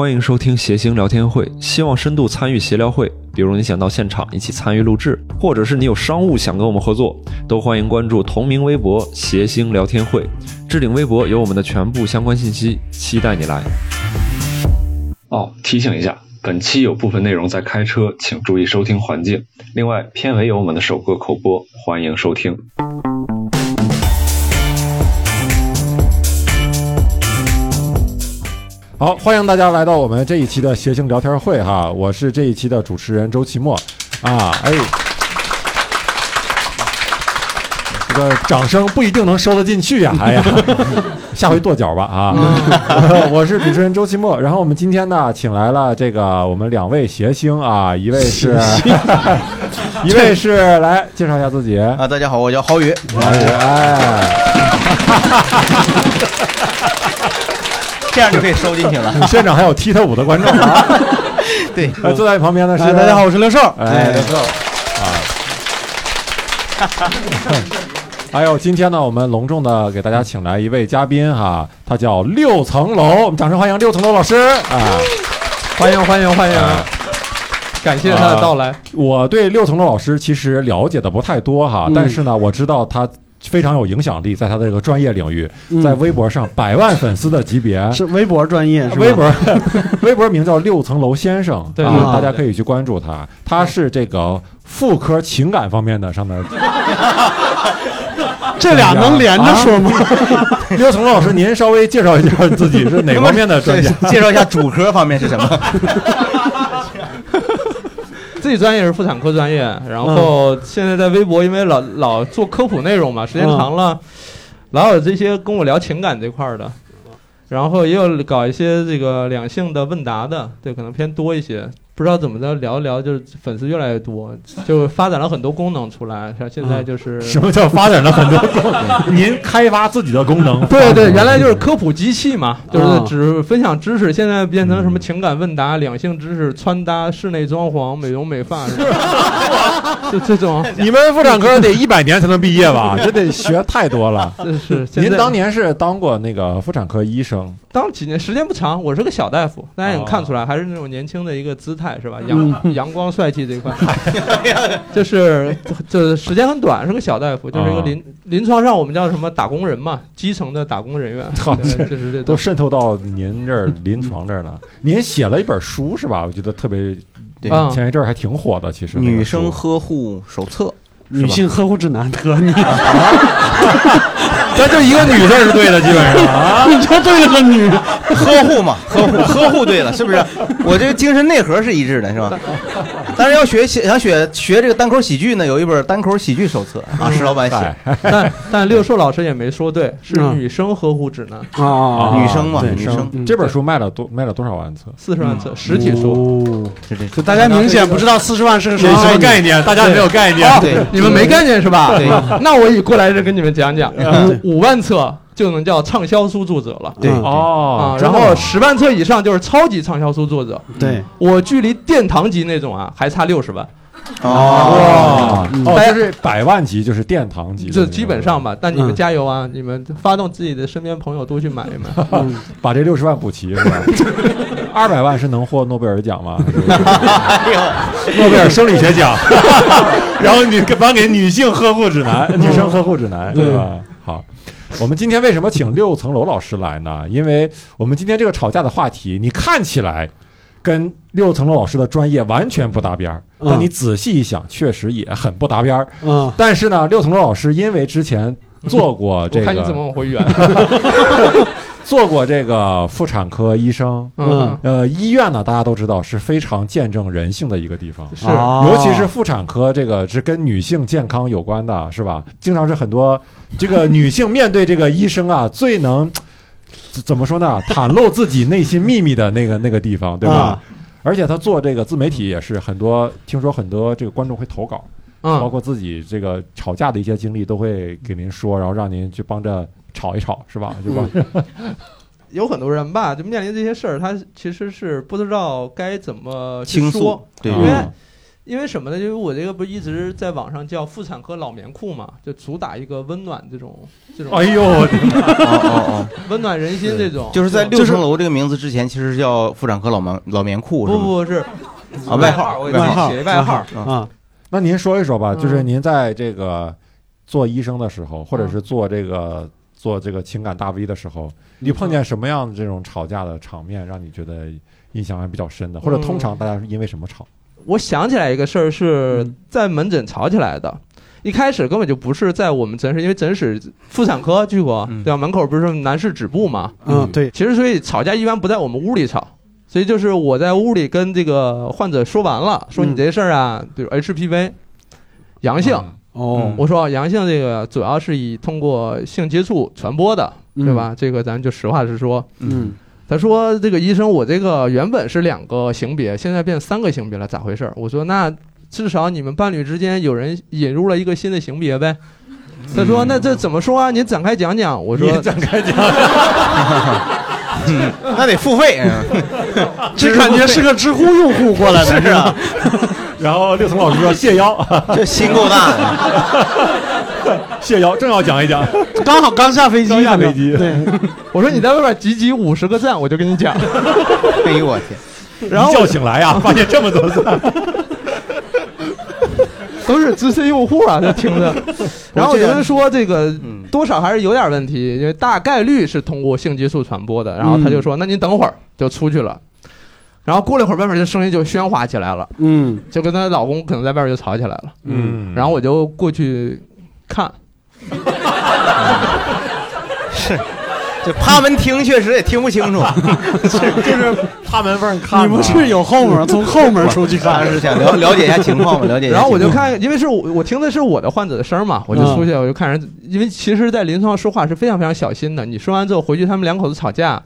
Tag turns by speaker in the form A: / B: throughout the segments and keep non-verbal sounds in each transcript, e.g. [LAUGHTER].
A: 欢迎收听谐星聊天会，希望深度参与协聊会。比如你想到现场一起参与录制，或者是你有商务想跟我们合作，都欢迎关注同名微博“谐星聊天会”，置顶微博有我们的全部相关信息，期待你来。哦，提醒一下，本期有部分内容在开车，请注意收听环境。另外，片尾有我们的首歌口播，欢迎收听。
B: 好，欢迎大家来到我们这一期的谐星聊天会哈，我是这一期的主持人周奇墨啊，哎，这个掌声不一定能收得进去呀、哎呀，下回跺脚吧啊！ [LAUGHS] 我是主持人周奇墨，然后我们今天呢，请来了这个我们两位谐星啊，一位是，一位是来介绍一下自己，
C: 啊，大家好，我叫郝宇。
B: 哎，
C: [LAUGHS] 这样就可以收进去了。
B: [LAUGHS] 现场还有踢踏舞的观众
D: [LAUGHS]
B: 啊，
C: 对，
B: 哎坐在旁边的是、
D: 哎，大家好，我是刘寿。
B: 哎，刘 [LAUGHS] 啊，还有今天呢，我们隆重的给大家请来一位嘉宾哈，他叫六层楼，我们掌声欢迎六层楼老师啊！
D: 欢迎欢迎欢迎，感谢他的到来。
B: 啊我对六层楼老师其实了解的不太多哈，
D: 嗯
B: 但是呢，我知道他。非常有影响力，在他的这个专业领域，
D: 嗯
B: 在微博上百万粉丝的级别，
D: 是微博专业是吧？
B: 微博， [LAUGHS] 微博名叫六层楼先生，
D: 对
B: 啊
D: 对
B: 大
D: 对
B: 家
D: 对
B: 可以去关注他。他是这个妇科情感方面的上面
D: 这俩能连着说吗？
B: [LAUGHS] 刘成老师，您稍微介绍一下自己是哪方面的专家？
C: [LAUGHS] 对介绍一下主科方面是什
B: [LAUGHS]
C: 么？
D: 自己专业是妇产科专业，然后
B: 嗯
D: 现在在微博，因为老老做科普内容嘛，时间长了，
B: 嗯
D: 老有这些跟我聊情感这块儿的，然后也有搞一些这个两性的问答的，对，可能偏多一些。不知道怎么着聊一聊，就是粉丝越来越多，就发展了很多功能出来，像现在就是
B: 嗯 [LAUGHS] 什么叫发展了很多功
D: [LAUGHS]
B: 能？ [LAUGHS] 您开发自己的功 [LAUGHS] 能？
D: 对对，原来就是科普机器嘛，就是
B: [LAUGHS]
E: 啊
D: 只分享知识，现在变成什么情感问答、两性知识、穿搭、室内装潢、美容美发，就这种，
B: 你们妇产科得一百年才能毕业 [LAUGHS] 吧？这得学太多 [LAUGHS] 了。
D: 这是现
B: 您
D: 在
B: 当年是当过那个妇产科医生，
D: 当几年时间不长，我是个小大夫，大家也能看出来，还是那种年轻的一个姿态，是吧？阳阳光帅气这一块，就是就是时间很短，是个小大夫，就是一个
B: 啊
D: 临临床上我们叫什么打工人嘛，基层的打工人员，
B: 操
D: 对就是这
B: 都
D: 种。
B: 渗透到您这儿临床这儿了。您写了一本书是吧？我觉得特别
C: 对
D: 嗯
B: 前一阵儿还挺火的，其实那个
C: 女
B: 书
C: 生呵护手册，
E: 女性呵护指南哥，你
B: [LAUGHS]
E: 你
B: 咱啊就一个女字儿是对的，基
C: [LAUGHS]
B: 本上啊。
E: 就对了个女，
C: 呵护嘛，呵护呵护，对了，是不是？我这精神内核是一致的，是吧？但是要学写想学学这个单口喜剧呢，有一本单口喜剧手册啊，石老板写，
D: 但但六寿老师也没说对，是
E: 嗯
D: 女生呵护指南。
E: 啊
C: 女生嘛，
B: 哦对
C: 女生嗯
E: 嗯
B: 这本书卖了多卖了多少万册？哦
D: 四十万册实体书，
C: 是这
E: 就大家明显不知道四十万是个什么念。
B: 念？大家没有概念
C: 对
D: 哦你们没概念是吧？
C: 对，
D: [LAUGHS] 那我以过来人跟你们讲讲，五万册就能叫畅销书作者了。
C: 对
E: 嗯
B: 哦
D: 啊，，
B: 真
D: 然
B: 的吗
D: 后十万册以上就是超级畅销书作者，
E: 对，
D: 我距离殿堂级那种啊还差六十万，
C: 哦，
B: 哇，
D: 嗯
B: 哦，就是百万级，就是殿堂级的那
D: 这
B: 种，
D: 基本上吧。但你们
E: 嗯
D: 加油啊！你们发动自己的身边朋友多去买一买。
B: [LAUGHS] 把这六十万补齐是
D: [LAUGHS]
B: 吧？二百万是能获诺贝尔奖吗？
C: 哎呦，
B: 诺贝尔生理学
D: [LAUGHS]
B: 奖，然后你颁给女性呵护指南、
D: 嗯
B: 女生呵护指南，对吧？好，我们今天为什么请六层楼老师来呢？因为我们今天这个吵架的话题，你看起来跟六层楼老师的专业完全不搭边儿，
D: 嗯
B: 但你仔细一想，确实也很不搭边儿。
E: 嗯，
B: 但是呢，六层楼老师因为之前做过这
D: 我看你怎么
B: 个，
D: 往
B: [LAUGHS]
D: 回圆。
B: 做过这个妇产科医生。
D: 嗯，
B: 呃，医院呢，大家都知道是非常见证人性的一个地方，
D: 是
E: 啊
B: 尤其是妇产科，这个是跟女性健康有关的，是吧？经常是很多这个女性面对这个医生啊，最能怎怎么说呢？袒露自己内心秘密的那个那个地方，对吧？
E: 啊
B: 而且他做这个自媒体也是很多，听说很多这个观众会投稿，包
D: 嗯，
B: 括自己这个吵架的一些经历都会给您说，然后让您去帮着吵一吵，是吧？
D: 嗯
B: 是吧？
D: 有很多人吧，就面临这些事儿，他其实是不知道该怎么去
C: 倾
D: 说
C: 诉，对嗯
D: 因为因为什么呢？因为我这个不是一直在网上叫妇产科老棉裤嘛，就主打一个温暖这种这种
B: 哎呦，我的妈
C: 哦哦
D: [LAUGHS] 温暖人心这种
C: 哦，，就是在
D: 这种
C: 六层楼这个名字之前，其实叫妇产科老棉老棉裤，是
D: 不
C: 吗？
D: 不是
C: 啊，外号，
D: 我
C: 外
D: 给自
E: 外
C: 号，
D: 己
E: 号
D: 起了一外号，
E: 啊，
B: 那您说一说吧，
D: 嗯
B: 就是您在这个做医生的时候，或者是做这个做这个情感大 V 的时
D: 嗯
B: 候，你碰见什么样的这种吵架的场面，让你觉得印象还比较深的？或者
D: 嗯
B: 通常大家是因为什么
D: [LAUGHS]
B: 吵？
D: 我想起来一个事儿，是
E: 嗯
D: 在门诊吵起来的。一开始根本就不是在我们诊室，因为诊室妇产科去过，
C: 嗯
D: 对吧？门口不是男士止步嘛？
E: 嗯，对，
D: 其实所以吵架一般不在我们屋里吵，所以就是我在屋里跟这个患者说完了，说你
E: 嗯
D: 这事儿啊，比如 HPV 阳性，
E: 哦，
D: 我说阳性这个主要是以通过性接触传播的，对吧？这个咱们就实话实说。
E: 嗯？
D: 他说：“这个医生，我这个原本是两个型别，现在变三个型别了，咋回事儿？”我说：“那至少你们伴侣之间有人引入了一个新的型别呗。”他说：“那这怎么说啊？您展开讲讲。”我说
B: 你展开讲，
C: 那得付费，嗯
E: 嗯，这感觉是个知乎用户过来的，
C: 是啊，
B: 然后六层老师说谢邀，
C: 这心够大的。
B: [LAUGHS] 谢邀正要讲一讲，
E: 刚好刚下飞机，
B: 刚下
E: 反正
B: 飞机
E: 对，：“
D: 我说你在外边集集五十个赞，我就跟你讲。
C: 哎呦我天，”
B: [LAUGHS]
D: 然后
B: 一觉醒来
D: [LAUGHS]
B: 啊，发现这么多字，
D: 都是资深用户啊，他
B: [LAUGHS]
D: 听着。然后有人说这个
C: 嗯
D: 多少还是有点问题，因为大概率是通过性激素传播的。然后他
B: 嗯
D: 就说：“那您等会儿就出去了。”然后过了一会儿，外面就声音就喧哗起来了，
E: 嗯
D: 就跟她老公可能在外边就吵起来了。
B: 嗯
D: 然后我就过去看，
C: 这趴门听确实也听不清楚，
B: 就是趴门缝看
E: 你不是有后门，从后门出去
C: 当
E: 看
C: 然是想了了解一下情况嘛，了解一下情况。嗯
D: 然后我就看，因为是我我听的是我的患者的声儿嘛，我就出去，我就看人，因为其实，在临床说话是非常非常小心的。你说完之后回去，他们两口子吵架，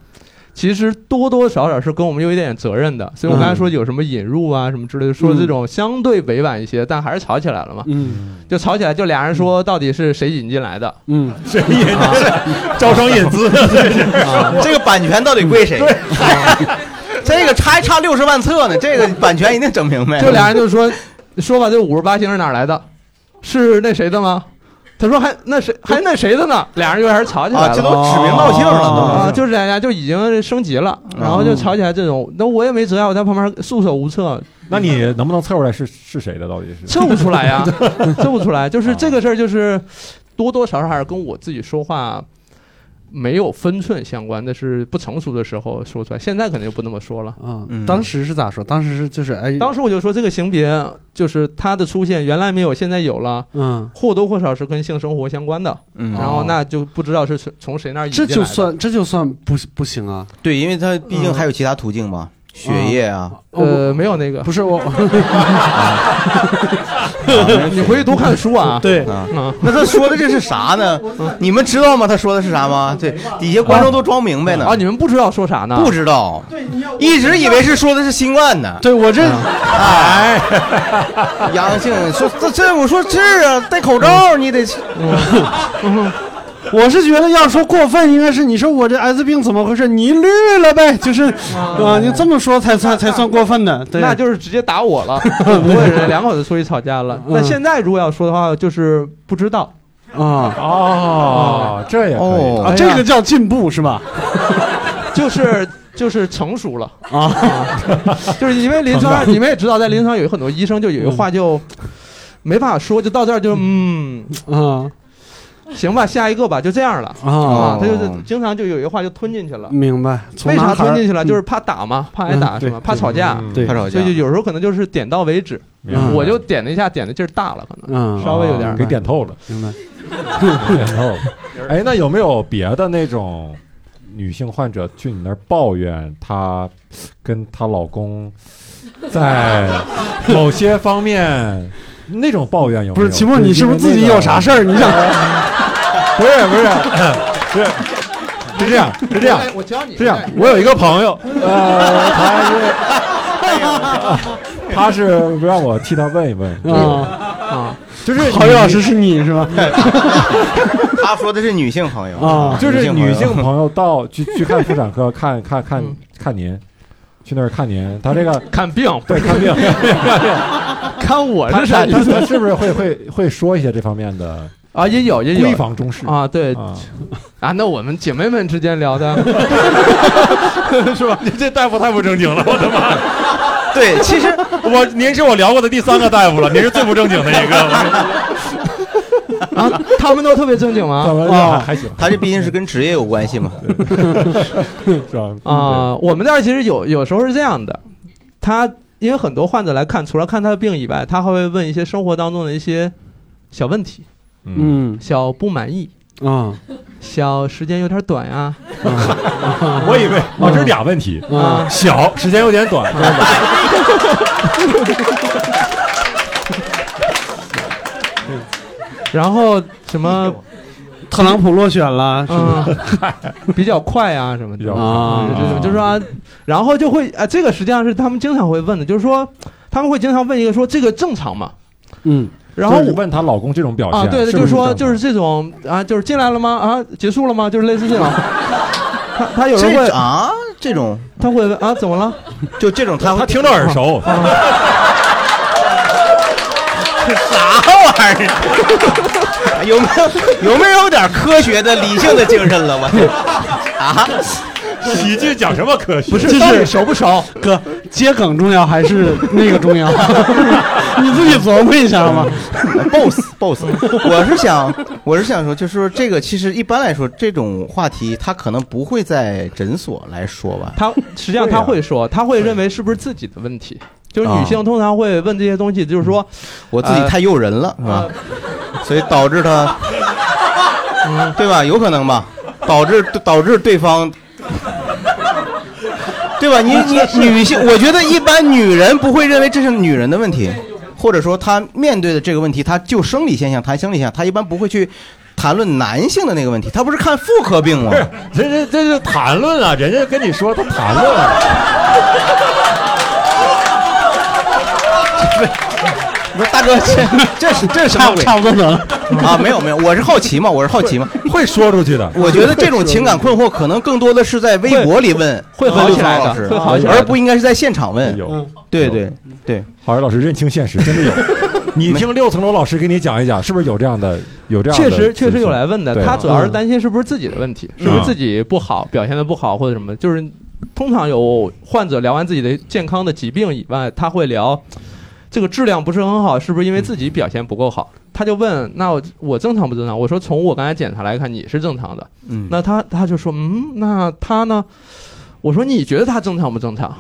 D: 其实多多少少是跟我们有一点点责任的。所以我
C: 嗯
D: 刚才说有什么引入啊什么之类的，说这种相对委婉一些，但还是吵起来了嘛。
E: 嗯
D: 就吵起来，就俩人说
C: 嗯
D: 到底是谁引进来的，
E: 嗯，
B: 谁引
D: [LAUGHS]
B: 招商引资的，这是
C: 啊这个版权到底归谁？ [LAUGHS] 这个差还差六十万册呢，这个版权一定整明白。
D: 就俩人就说说吧，这五十八星是哪儿来的？是那谁的吗？他说还那谁还那谁的呢？俩人就开始吵起来
C: 啊，
D: 了。
C: 这都指名道姓了
D: 啊，就是大家就已经升级了，然后
B: 哦
D: 就吵起来这种，那我也没辙呀，我在旁边束手无策，
B: 那你能不能测出来是是谁的？到底是？啊
D: 测不出
B: [LAUGHS]
D: 来呀，测不出来，就是这个事儿，就是多多少少还是跟我自己说话没有分寸相关，那是不成熟的时候说出来，现在肯定就不那么说了。
E: 啊
C: 嗯，
E: 当时是咋说？当时是就是哎，
D: 当时我就说，这个型别就是它的出现，原来没有，现在有了，
E: 嗯，哦
D: 或多或少是跟性生活相关的。
C: 嗯，
D: 然后那就不知道是从从谁那儿引进
E: 这
D: 来的。
E: 就算这就算不不行啊，
C: 对，因为他毕竟还有其他途径嘛，血液啊，
E: [LAUGHS]
D: 呃，没有那个
E: 哦不，是我，
D: [LAUGHS] 哦你回去多看书 [LAUGHS] 啊。
E: 对
C: 啊。
D: 嗯，
C: 那他说的这是啥呢？你们知道吗？他说的是啥吗？对，底下观众都装明白呢
D: 啊，，你们不知道说啥呢？
C: 不知道，一直以为是说的是新冠呢。
E: 对我这
C: 哎，阳性说这这，我说是啊，戴口罩你得
E: 嗯
D: [LAUGHS]
E: 我是觉得要说过分，应该是你说我这艾滋病怎么回事？你绿了呗，就是 [LAUGHS] 啊，你这么说才算才算过分的，对，
D: 那就是直接打
E: [LAUGHS]
D: 我了，不会是两口子出去吵架了。
E: 嗯
D: 那现在如果要说的话，就是不知道，
E: 啊
B: 哦，这也可以。
C: 哦
E: 啊，这个叫进步是吧？
D: 就是就是成熟了，
E: 啊，
D: [LAUGHS] 就是因为临床，你们也知道，在临床有很多医生就有一个话就
E: 嗯
D: 没办法说，就到这儿就嗯，
E: 啊
D: 行吧，下一个吧，就这样了。啊
E: 啊，，
D: 他就是经常就有一个话就吞进去了，
E: 明白。从
D: 为啥
E: 男孩
D: 吞
E: 儿
D: 进去了？就是怕打嘛，怕挨打
E: 嗯
D: 是吧？怕吵架，
B: 嗯
E: 对
C: 拍，手
D: 所
C: 机
D: 以就有时候可能就是点到为止。
B: 明白
E: 嗯
D: 我就点了一下，点的劲儿大了，可能
E: 嗯，
D: 稍微有点儿
B: 给点透了， [LAUGHS]
E: 明白。
B: 给点透了。哎，那有没有别的那种女性患者去你那儿抱怨她跟她老公在某些方面那种抱怨有没
E: 不
B: 有？
E: 是秦墨，你是不是自己有啥事儿？你想
B: 不是 [LAUGHS] 不是不是是这样是这样
D: 哎我教你
B: 是这样，我有一个朋
D: [LAUGHS]
B: 友，呃，他是。他是 [LAUGHS] 不让我替他问一问，
E: 啊？
D: 啊，
B: 就是啊
E: 郝宇老师是你是
B: [LAUGHS]
E: 吧？
C: [LAUGHS] 他说的是女性朋友
E: 啊
B: 就是女性
C: 朋友
B: [LAUGHS] 朋友到去去看妇产科，看看看
D: 嗯
B: 看您，去那儿看您，他 [LAUGHS] 这个
D: 看病，
B: 对看病，
D: [LAUGHS] 看我
B: 他
D: 是啥
B: 他
D: 意
B: 他
D: 思
B: 他是不是会会会说一些这方面的
D: 啊？也有也
B: 闺
D: 有
B: 房中事
D: 啊，对
B: 啊？
D: 啊，那我们姐妹们之间聊的，
B: [LAUGHS] 是吧？你这大夫太不正经了，我的妈！
C: [LAUGHS] 对，其
B: [LAUGHS]
C: 实
B: [LAUGHS] 我您是我聊过的第三个大夫了，您是最不正经的一 [LAUGHS] 个。
D: 啊，他们都特别正经
B: 怎
D: 吗？哦
B: 么
C: 啊
B: 还还行
C: 他这毕竟是跟职业有关系
B: [LAUGHS]
C: 嘛。
E: [LAUGHS]
B: 是吧？
D: 啊，我们那儿其实有有时候是这样的，他因为很多患者来看，除了看他的病以外，他还会问一些生活当中的一些小问题、
B: 嗯，
E: 嗯
D: 小不满意、
E: 啊
D: 小时间有点短啊呀 [LAUGHS]
B: 我以为啊，这是俩问题，
E: 啊
D: 啊，
B: 小时间有点短， [LAUGHS]
D: 然后什么
E: 特朗普落选了，是吧？
D: 嗯， [LAUGHS] 比较快啊什么
B: 比
D: 的
B: 较。
E: 啊
D: 就是就是说、啊，然后就会啊，这个实际上是他们经常会问的，就是说他们会经常问一个说这个正常吗？
E: 嗯
D: 然后
B: 就是
D: 我
B: 问她老公这种表现
D: 啊，对对，
B: 是
D: 就
B: 不
D: 是
B: 是
D: 说
B: 正常
D: 就是这种啊，就是进来了吗？啊，结束了吗？就是类似这种。他他有人
C: 这
D: 会，
C: 啊，这种
D: 他会问啊，怎么了？
C: 就这种他哦
B: 她听着耳 [LAUGHS] 熟，
C: 啥玩意儿？ [LAUGHS] 有没有有没有点科学的理性的精神了？我天啊！
B: 喜剧讲什么科学？不
E: 是
D: 到底熟不熟？
E: 哥，接梗重要还是那个重要？你自己琢磨一下吧。
C: boss boss，我是想，我是想说，就是说这个其实一般来说，这种话题他可能不会在诊所来说吧。啊
D: 他实际上
B: 对呀
D: 他会说，他会认为是不是自己的问题？就是女性通常会问这些东西，就是说，
C: 啊嗯
D: 呃
C: 我自己太诱人了，啊是吧？所以导致
D: [LAUGHS]
C: 他，嗯对吧？有可能吧？导致导致对方，对吧？你你女性，我觉得一般女人不会认为这是女人的问题，或者说她面对的这个问题，她就生理现象谈生理现象，她一般不会去谈论男性的那个问题。她不是看妇科病吗
B: 不？是，人家 [LAUGHS] 这是谈论啊，人家跟你说他谈论啊，
C: 不是大哥，这这是这是什么
E: 差
C: 鬼
E: 差不多得了。
C: 啊？没有没有，我是好奇嘛，我是好奇嘛。
B: 会说出去的。
C: 我觉得这种情感
D: [LAUGHS]
C: 困惑可能更多的是在微博里问，
D: 会
C: 问
D: 好
C: 陆
D: 起来
C: 老
D: 的
C: 师
D: 会好起来的
C: 而不应该是在现场问。
B: 有，
C: 对对对，
B: 郝云老师认清现实，真的
D: [LAUGHS]
B: 有。你听六层楼老师给你讲一讲，是不是有这样的有这样
D: 确
B: 的？
D: 实确实有来。问的
B: 对，
C: 啊
D: 他主要是担心是不是自己的问题，
C: 嗯
D: 是不是自己不好，表现的不好或者什么，就是通常有患者聊完自己的健康的疾病以外，他会聊这个质量不是很好，是不是因为自己表现不够好？他就问，那我我正常不正常？我说从我刚才检查来看，你是正常的。
C: 嗯，
D: 那他他就说，嗯，那他呢？我说你觉得他正常不正常？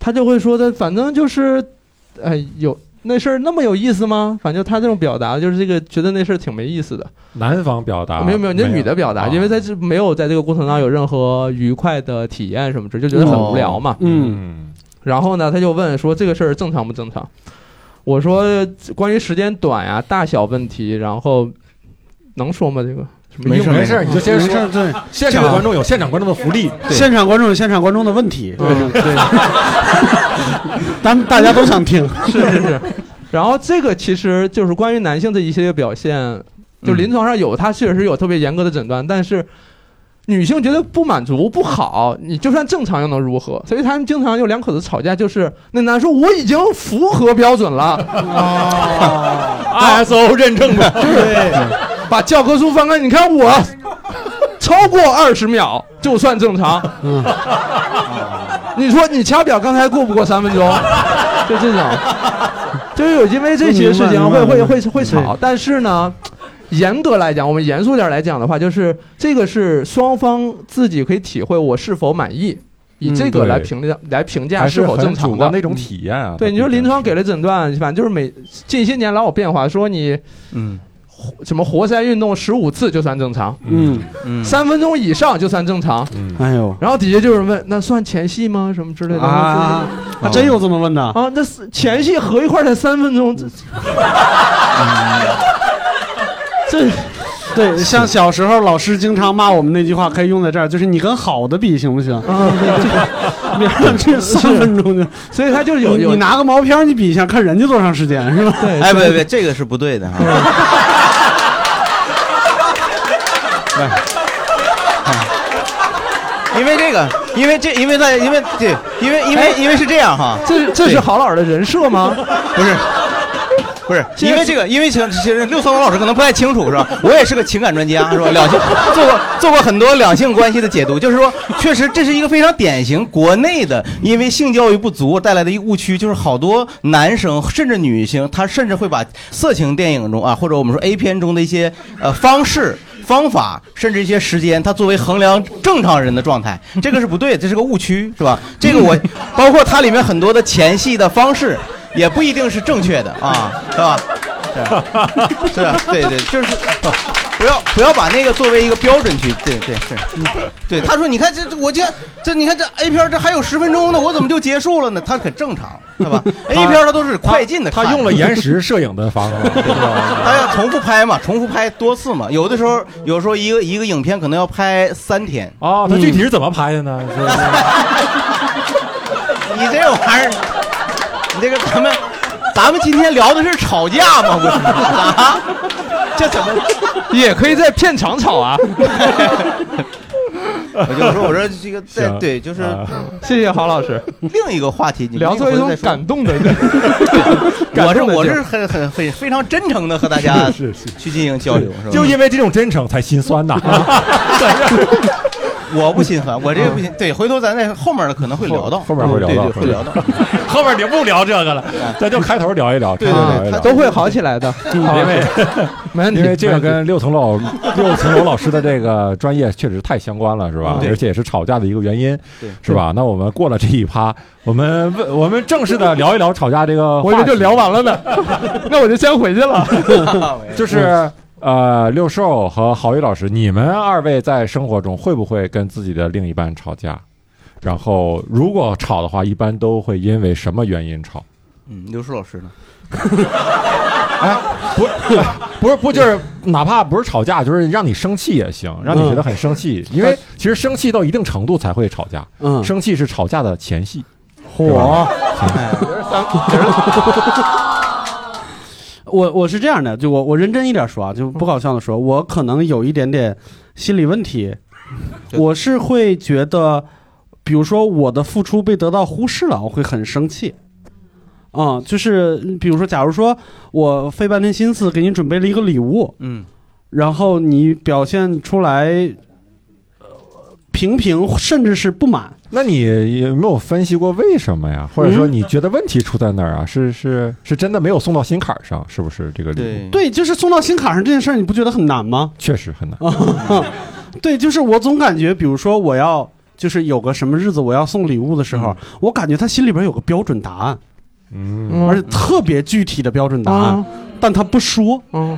D: 他就会说的，反正就是，哎，有那事儿那么有意思吗？反正他这种表达就是这个，觉得那事儿挺没意思的。
B: 南方表达
D: 没有没有，那女的表达，
B: 啊
D: 因为在这没有在这个过程当中有任何愉快的体验什么之类，就觉得很无聊嘛。
E: 嗯
D: 然后呢，他就问说这个事儿正常不正常？我说关于时间短呀、大小问题，然后能说吗？这个什么
C: 没事
D: 用
B: 没事儿，你就先
E: 没事
B: 说
E: 儿。。对，
B: 现场观众有现场观众的福利，
C: 对
E: 现场观众有现场观众的问题，
D: 嗯
E: 对，咱们大家都想听。
D: [LAUGHS] 是是是。然后这个其实就是关于男性的一些表现，就
E: 嗯
D: 临床上有，它确实有特别严格的诊断，但是女性觉得不满足不好，你就算正常又能如何？所以他们经常有两口子吵架，就是那男说我已经符合标准了， [LAUGHS]
B: ISO 认证的，
D: 把教科书翻开，你看我超过二十秒就算正常。
E: 嗯
D: 你说你掐表刚才过不过三分钟？就这种， [LAUGHS] 就是有因为这些事情
E: 明白明白
D: 会会
E: 明白
D: 会会吵，但是呢。严格来讲，我们严肃点来讲的话，就是这个是双方自己可以体会我是否满意，以这个
B: 嗯
D: 来
B: 对
D: 评价来评价
B: 还
D: 是
B: 是
D: 否
B: 很
D: 正
B: 主
D: 常
B: 观
D: 的嗯
B: 的一种体验啊。
D: 对，你说临床给
B: 了
D: 了诊断，反正就是每近些年老有变化，说你
C: 嗯
D: 什么活塞运动十五次就算正常，
E: 嗯，
C: 嗯，
D: 三分钟以上就算正常。
E: 哎呦，
D: 然后底下就有人问，那算前戏吗？什么之类的
E: 啊，还真有这么问的。
D: 啊，那是前戏合一块儿才三分钟，这
E: 这，对，像小时候老师经常骂我们那句话，可以用在这儿，就是你跟好的比行不行？
D: 啊，对
E: 别让这三分钟就，
D: 这所以他就是有
E: 你
D: 有
E: 你拿个毛片儿你比一下，看人家多长时间是吧？
D: 对，
C: 哎，别别，这个是不对
D: [LAUGHS]
C: 的哈。哎因为这个，因为这，因为在，因为对，因为因为因为是这样哈，
D: 哎这是这是郝老师的人设吗？
C: 不是。不是，因为这个，因为其实其实六三五老师可能不太清楚，是吧？我也是个情感专家，是吧？两性做过做过很多两性关系的解读，就是说，确实这是一个非常典型国内的，因为性教育不足带来的一个误区，就是好多男生甚至女性，他甚至会把色情电影中啊，或者我们说 A 片中的一些呃方式。方法，甚至一些时间，它作为衡量正常人的状态，这个是不对，这是个误区，是吧？这个我包括它里面很多的前戏的方式，也不一定是正确的啊，是吧？ [LAUGHS] 是是吧？对对，就是不要不要把那个作为一个标准去，对对对，对。他说：“你看这这，我这这，你看这 A 片儿这还有十分钟呢，我怎么就结束了呢？”他可正常，是
B: [LAUGHS]
C: 吧？A 片儿它都是快进的
B: 他
C: 看，
B: 用了延
C: [LAUGHS]
B: 时摄影的方
D: [LAUGHS]
B: 法，
C: 他要重复拍嘛，重复拍多次嘛。有的时候，有时候一个一个影片可能要拍三天。嗯
B: 哦，他具体是怎么拍的呢？是
C: [LAUGHS] 你这玩意儿，你这个咱们，咱们今天聊的是吵架吗？不是啊，这怎么？
D: [LAUGHS] 也可以在片场吵啊！
C: 我就说，我说
D: [LAUGHS]
C: 这个在
B: 行
C: 对，就是
B: 啊
D: 谢谢郝老师，
C: 另一个话题，你
D: 聊出
C: 这
D: 一种
C: 再说。
D: 感
C: [LAUGHS]
D: 动的，
C: 我
D: 感
C: 是
D: 动的
C: 我
D: 劲
C: 是
D: 儿
C: 很很很非常真诚的和大
E: [LAUGHS]
C: 家
B: 是是
C: 去进行交流，是吧？
B: 就因为这种真诚才心酸
D: [LAUGHS]
B: 呐。
C: 我不心
E: 嗯
C: 烦，我这个不心。对，回头咱在后面的可能会聊到，
B: 后面会聊
C: 嗯对
B: 到
C: 对会聊到。
B: 后面就不聊这个了，咱就开头聊一聊，开
C: 对
B: 头
C: 对
B: 聊一聊。
D: 都会好起来的。
E: 嗯
B: [LAUGHS]
D: 好
B: 因为
D: [LAUGHS] 没问题，
B: 因为这个
D: 没问
B: 跟六层楼六层楼老师的这个专业确实太相关了，是吧？
C: 对
B: 而且也是吵架的一个原因
C: 对，
B: 是吧？那我们过了这一趴，我们问我们正式的聊一聊吵架这个 [LAUGHS]
D: 题我
B: 话
D: 以
B: 题，
D: 为就聊完了呢，
B: [LAUGHS]
D: 那我就先回去了。
B: 就是。呃，六兽和郝宇老师，你们二位在生活中会不会跟自己的另一半吵架？然后，如果吵的话，一般都会因为什么原因吵？
C: 嗯，刘叔老师呢？
B: 不 [LAUGHS] 是，不是，不就是哪怕不是吵架，就是让你生气也行，让你觉得很生气，因为其实生气到一定程度才会吵架，
E: 嗯，
B: 生气是吵架的前戏。
E: 火。 [LAUGHS] 我我是这样的，就我我认真一点说啊，就不搞笑的
B: 嗯
E: 说，我可能有一点点心理问题，我是会觉得，比如说我的付出被得到忽视了，我会很生气。嗯，就是比如说，假如说我费半天心思给你准备了一个礼物，
C: 嗯，
E: 然后你表现出来，呃平平甚至是不满，嗯
B: 那你有没有分析过为什么呀？或者说你觉得问题出在哪儿啊？是是是真的没有送到心坎儿上，是不是这个礼物？
C: 对，
E: 对，就是送到心坎上这件事儿，你不觉得很难吗？
B: 确实很难。
E: [LAUGHS] 对，就是我总感觉，比如说我要就是有个什么日子我要送礼物的时候，我感觉他心里边有个标准答案，
B: 嗯，
D: 嗯
E: 而且特别具体的标准答案，
D: 啊
E: 但他不说。
D: 嗯，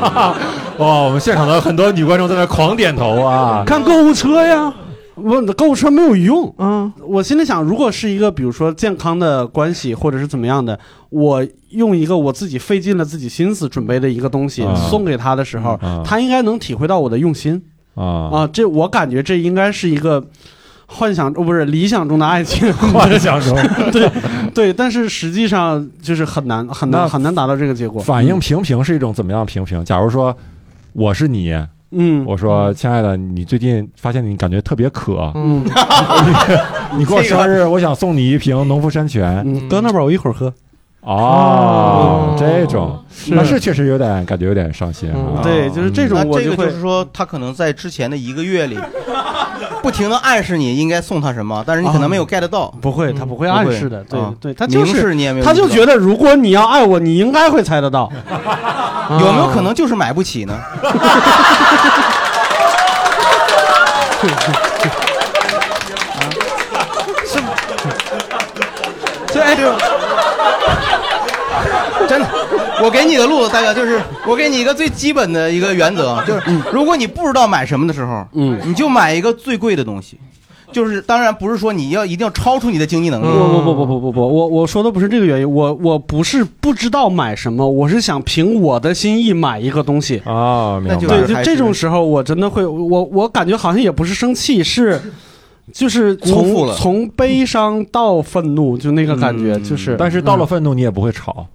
B: [LAUGHS] 哇，我们现场的很多女观众在那狂点头啊！
E: 看购物车呀，我购物车没有用。
D: 嗯，
E: 我心里想，如果是一个比如说健康的关系，或者是怎么样的，我用一个我自己费尽了自己心思准备的一个东西、
B: 啊
E: 送给他的时候，
B: 嗯啊
E: 他应该能体会到我的用心。
B: 啊，
E: 啊，这我感觉这应该是一个幻想，哦，不是理想中的爱情，
B: 幻想中
E: [LAUGHS] 对，但是实际上就是很难，很
B: 那
E: 难，很难达到这个结果。
B: 反应平平是一种怎么样平平？假如说我是你，
E: 嗯，
B: 我说：“亲爱的，你最近发现你感觉特别渴，
E: 嗯
B: [LAUGHS] 你过生日，我想送你一瓶农夫山泉。
E: 嗯，搁那边儿我一会儿喝。”
B: 哦
D: 哦，
B: 这种那是确实有点感觉有点伤心啊
D: 嗯。
E: 对，就是这种
C: 那
E: 我
C: 这
E: 就
C: 个
E: 会
C: 就是说，他可能在之前的一个月里， [LAUGHS] 不停的暗示你应该送他什么，但是你可能没有 get 到，
E: 啊不会，他不会
C: 不
E: 暗
C: 会
E: 示的，对
C: 啊
E: 对，他就
C: 明
E: 是
C: 示你也没有意识
E: 他
C: 到，
E: 就觉得如果你要爱我，你应该会猜得啊到。
C: [LAUGHS] 有没有可能就是买不起呢？[LAUGHS]
D: 这哎，
C: 真的，我给你个路子，大哥，就是我给你一个最基本的一个原则，就是如果你不知道买什么的时候，
E: 嗯
C: 你就买一个最贵的东西。就是当然不是说你要一定要超出你的经
B: 嗯
C: 济能
E: 不
C: 力，
E: 不不不不不不，我我说的不是这个原因，我我不是不知道买什么，我是想凭我的心意买一个东西。
B: 哦，明
C: [LAUGHS] 那就
B: 白
E: 对，
C: 是
E: 就
C: 还
E: 这
C: 是
E: 种时候，哦我真的会，我我感觉好像也不是生
C: [LAUGHS]
E: 气，是就是
C: 辜负
E: 从
C: 了
E: 从悲伤到愤怒，就那个感觉，
C: 嗯
E: 就是
B: 但是到了愤怒，你也不会吵。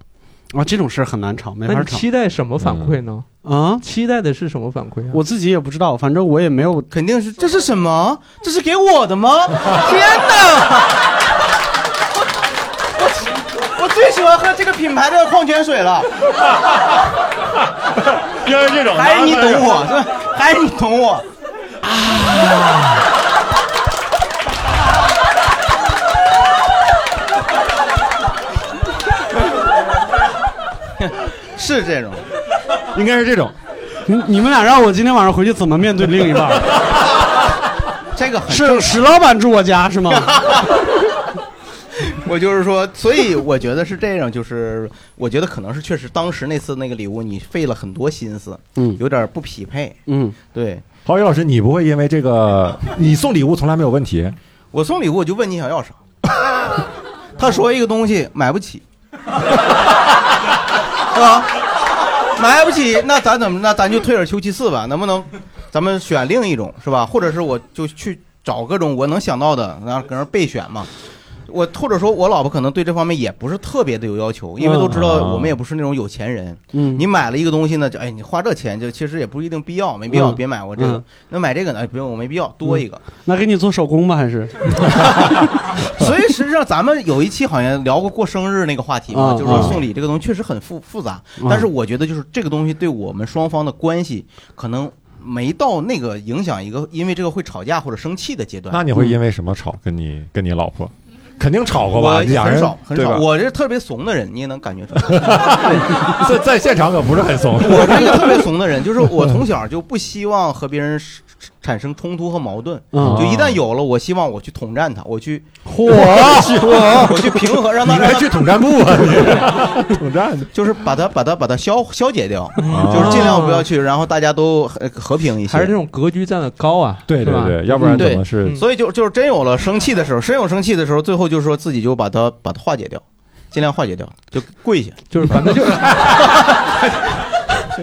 E: 啊，这种事儿很难吵，没
D: 那
E: 法
D: 你
E: 吵
D: 期待什么反馈呢？
E: 啊。
D: 期待的是什么反馈啊？
E: 我自己也不知道，反正我也没有
C: 肯定是这是什么？ [LAUGHS] 这是给我的吗？天哪！我 [LAUGHS] 我我最喜欢喝这个品牌的矿泉水了，
B: 要是这种
C: 还是你懂我，是吧？ [LAUGHS] 还是你懂我。啊啊！是这种，
B: 应该是这种，
E: 你你们俩让我今天晚上回去怎么面对另一半？
C: [LAUGHS] 这个很
E: 是史老板住我家
C: [LAUGHS]
E: 是吗？
C: 我就是说，所以我觉得是这样，就是我觉得可能是确实当时那次那个礼物你费了很多心思，
E: 嗯
C: 有点不匹配。
E: 嗯，
C: 对
B: 郝宇老师，你不会因为这个，你送礼物从来没有问题，
C: 我送礼物，我就问你想要啥，他说一个东西买不起，是吧？买不起，那咱怎么？那咱就退而求其次吧，能不能？咱们选另一种是吧？或者是我就去找各种我能想到的，然后搁那儿备选嘛。我或者说，我老婆可能对这方面也不是特别的有要求，因为都知道我们也不是那种有钱人。
E: 嗯
C: 你买了一个东西呢，就哎，你花这钱就其实也不一定必要，没必要，
E: 嗯
C: 别买我这个
E: 嗯。
C: 那买这个呢，哎不用，我没必要，多一个。
E: 那给你做手工吧，还是
C: [LAUGHS] 所以实际上，咱们有一期好像聊过过生日那个话题
B: 啊
C: 嘛，
E: 嗯
C: 就是说送礼这个东西确实很复复杂，
E: 嗯
C: 但是我觉得就是这个东西对我们双方的关系可能没到那个影响一个，因为这个会吵架或者生气的阶段。
B: 那
E: 嗯
B: 你会因为什么吵？跟你跟你老婆，肯定吵过吧？
C: 我
B: 俩
C: 很
B: 人
C: 少很
B: 对吧
C: 少，？我这特别怂的人，你也能感觉出来。
B: [LAUGHS]
C: [LAUGHS]
B: 在在现场可不是很怂。 [LAUGHS]
C: 我是一个特别怂的人，就是我从小就不希望和别人产生冲突和矛盾，
E: 嗯
C: 就一旦有了，我希望我去统战他，我去
B: 我 [LAUGHS]
C: 我去平和，让
B: 你
C: 他让
B: 该
C: 他
B: 去统战部啊！
C: [LAUGHS]
B: 你统战的
C: 就是把它把它把它消消解掉，
B: 啊
C: [LAUGHS] 就是尽量不要去，然后大家都呃和平一
D: 还是这
C: 些。
D: 种格局站得高啊？
B: 对
D: 是
B: 对
D: 吧，
B: 对，要不然
C: 嗯对
B: 怎么是
D: 嗯
C: 所以就就是真有了生气的时候，真有生气的时候，最后就是说自己就把它把它化解掉，尽量化解掉，就跪下，
D: 就是反正就是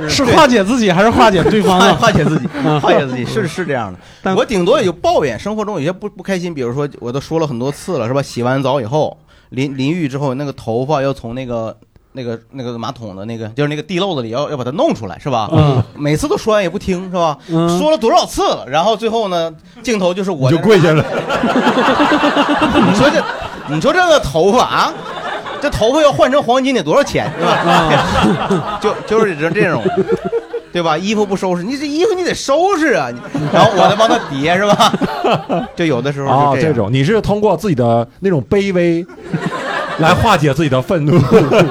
E: 是化解自己还是化解对方
C: 化
E: 啊？
C: 化解自己，化解自己是是这样
E: [LAUGHS]
C: 的。
D: 但
C: 我顶多也就抱怨生活中有些不不开心，比如说我都说了很多次了，是吧？洗完澡以后淋淋浴之后，那个头发要从那个那个那个马桶的那个就是那个地漏子里要要把它弄出来，是吧？
E: 嗯
C: 每次都说完也不听，是吧？
E: 嗯
C: 说了多少次了，然后最后呢，镜头就是
B: 你
C: 我
B: 就
C: 在那
B: 跪下了，
C: [LAUGHS] 你说这，你说这个头发啊，这头发要换成黄金得多少钱，是吧？
B: 啊
C: [LAUGHS] 就就是这这种，对吧？衣服不收拾，你这衣服你得收拾啊，你然后我再帮他叠，
B: [LAUGHS]
C: 是吧？就有的时候
B: 啊，
C: 是这
B: 这
C: 样。
B: 种你是通过自己的那种卑
C: [LAUGHS]
B: 微来化解自己的愤怒，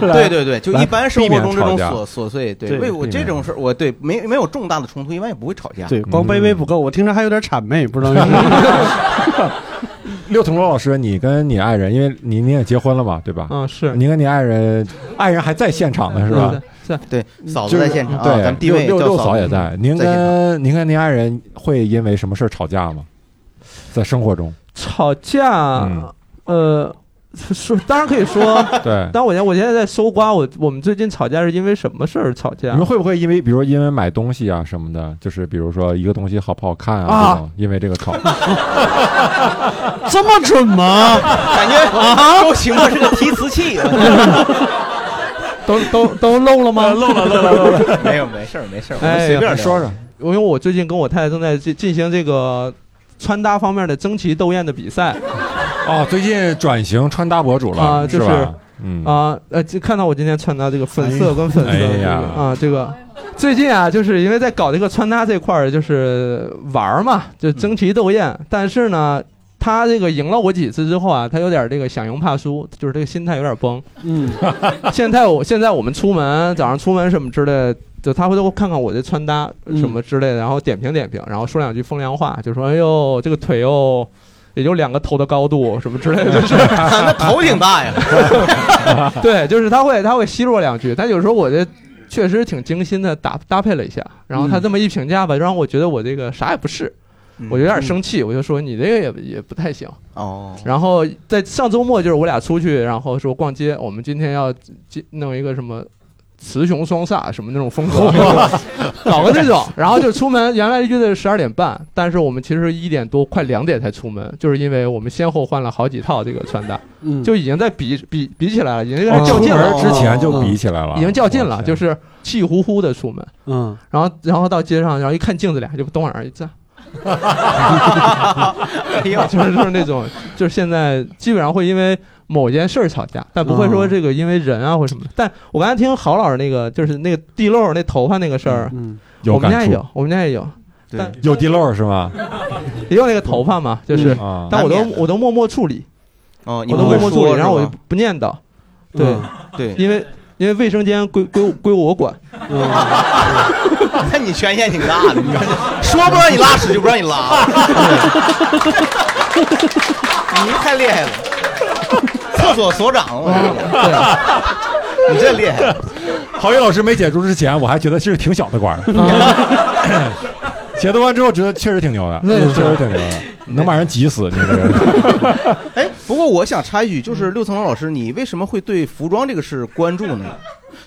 C: 对对对，就
B: [LAUGHS] 来
C: 一般生
B: 避
C: 活
B: 免
C: 中这种
B: 吵架
C: 琐琐碎，对，
E: 对
C: 为我
B: 避
C: 这
B: 免
C: 种事儿，我对没没有重大的冲突，一般也不会吵架。嗯
E: 对，光卑微不够，我听着还有点谄媚，
C: [LAUGHS]
E: 不知道为什么。
B: [LAUGHS] 六桐楼老师，你跟你爱人，因为你你也结婚了嘛，对吧？
D: 嗯是
B: 你跟你爱人，爱人还在现场呢，是吧？？嗯
D: 是啊
C: 啊对，嫂
B: 就
C: 子
B: 是
C: 在现场啊，
B: 对，
C: 咱们地位
B: 六
C: 叫
B: 六
C: 嫂
B: 嫂
C: 子嗯
B: 也在。您
C: 在现
B: 跟您跟您爱人会因为什么事儿吵架吗？在生活中，
D: 吵架
B: 嗯，
D: 呃，说当然可以 [LAUGHS] 说，
B: 对，
D: 但我现我现在在搜刮，我我们最近吵架是因为什么事儿吵
B: 你
D: 架
B: 们？会不会因为比如因为买东西啊什么的，就是比如说一个东西好不好看啊，
E: 啊
B: 这种因为这个吵，
E: 这么准吗？啊
B: [LAUGHS]
C: 感觉啊周奇墨是个提词器。
D: 都都都漏了吗？呃漏了漏了。
C: [LAUGHS] 没有，没事儿，没事儿，我
D: 哎
C: 们
D: 呀
C: 随便
B: 你
C: 聊
B: 说说，
D: 因为我最近跟我太太正在进进行这个穿搭方面的争奇斗艳的比赛
B: 哦，最近转型穿搭博主了，
D: 啊就是
B: 是吧？嗯，
D: 啊，呃，就看到我今天穿搭这个粉色跟粉色
B: 哎呀
D: 啊，这个最近啊，就是因为在搞这个穿搭这块儿，就是玩儿嘛，就争奇斗艳，但是呢。他这个赢了我几次之后啊，他有点这个想赢怕输，就是这个心态有点崩。
E: 嗯，
D: [LAUGHS] 现在我现在我们出门，早上出门什么之类的，就他会都看看我的穿搭
B: 嗯
D: 什么之类的，然后点评点评，然后说两句风凉话，就说哎呦这个腿哦，也就两个头的高度什
C: [LAUGHS]
D: 么之类的，就是
C: 啊那头挺大呀。
D: [LAUGHS] 对，就是他会他会奚落两句，但有时候我这确实挺精心的搭搭配了一下，然后他这么一评价
C: 嗯
D: 吧，让我觉得我这个啥也不是，我就有点生气，我就说你这个也也不太行。
C: 哦，
D: 然后在上周末就是我俩出去，然后说逛街，我们今天要进弄一个什么雌雄双煞什么那种
B: [LAUGHS]
D: 风格，搞个这种，然后就出门。原来约的是十二点半，但是我们其实一点多，快两点才出门，就是因为我们先后换了好几套这个穿搭，
E: 嗯，
D: 就已经在比比比起来了，已经在
B: 哦
D: 较
B: 出
D: 劲了，
B: 门之前就比起来了，
D: 已经较劲了，就是是气呼呼的出门。
E: 嗯，
D: 然后然后到街上，然后一看镜子俩就东往那儿
B: [LAUGHS]
D: 一站，
C: [LAUGHS] 哎呦，
D: [LAUGHS] 就是就是那种，就是现在基本上会因为某件事儿吵架，但不会
C: 哦
D: 说这个因为人啊或什么的。但我刚才听郝老师那个，就是那个地漏儿那头发那个事儿，
E: 嗯，
B: 有
D: 我们家
B: 感
D: 也
B: 触，
D: 有，我们家也有，
C: 啊
D: 但
B: 有地漏是吗？
D: 也有那个头发嘛，就是，
B: 啊，
D: 但我
C: 难免
D: 都
C: 的
D: 我都默默处理，
C: 哦，你
D: 我都
C: 不
D: 默
C: 会
D: 默处
C: 说
D: 理，然后我
C: 是
D: 就
C: 吧嗯
D: 不念叨，对，
C: 对， [LAUGHS]
D: 因为因为卫生间归归归我管，
E: 嗯，
C: 那你权限挺大的，你看说不让你拉屎就不让你
D: [LAUGHS]
C: 拉，你太厉害了，厕所所长，我跟你讲， [LAUGHS] 你这厉害了，
B: [LAUGHS] 郝宇老师没解除之前，我还觉得是挺小的管儿， [LAUGHS] 解读完之后觉得确实挺牛的，
D: 那
B: 确
D: 是
B: 实挺牛的，能把人急死，你这个人。
C: 哎， [LAUGHS] 不过我想插一句，就是六层楼老师，你为什么会对服装这个事关注呢？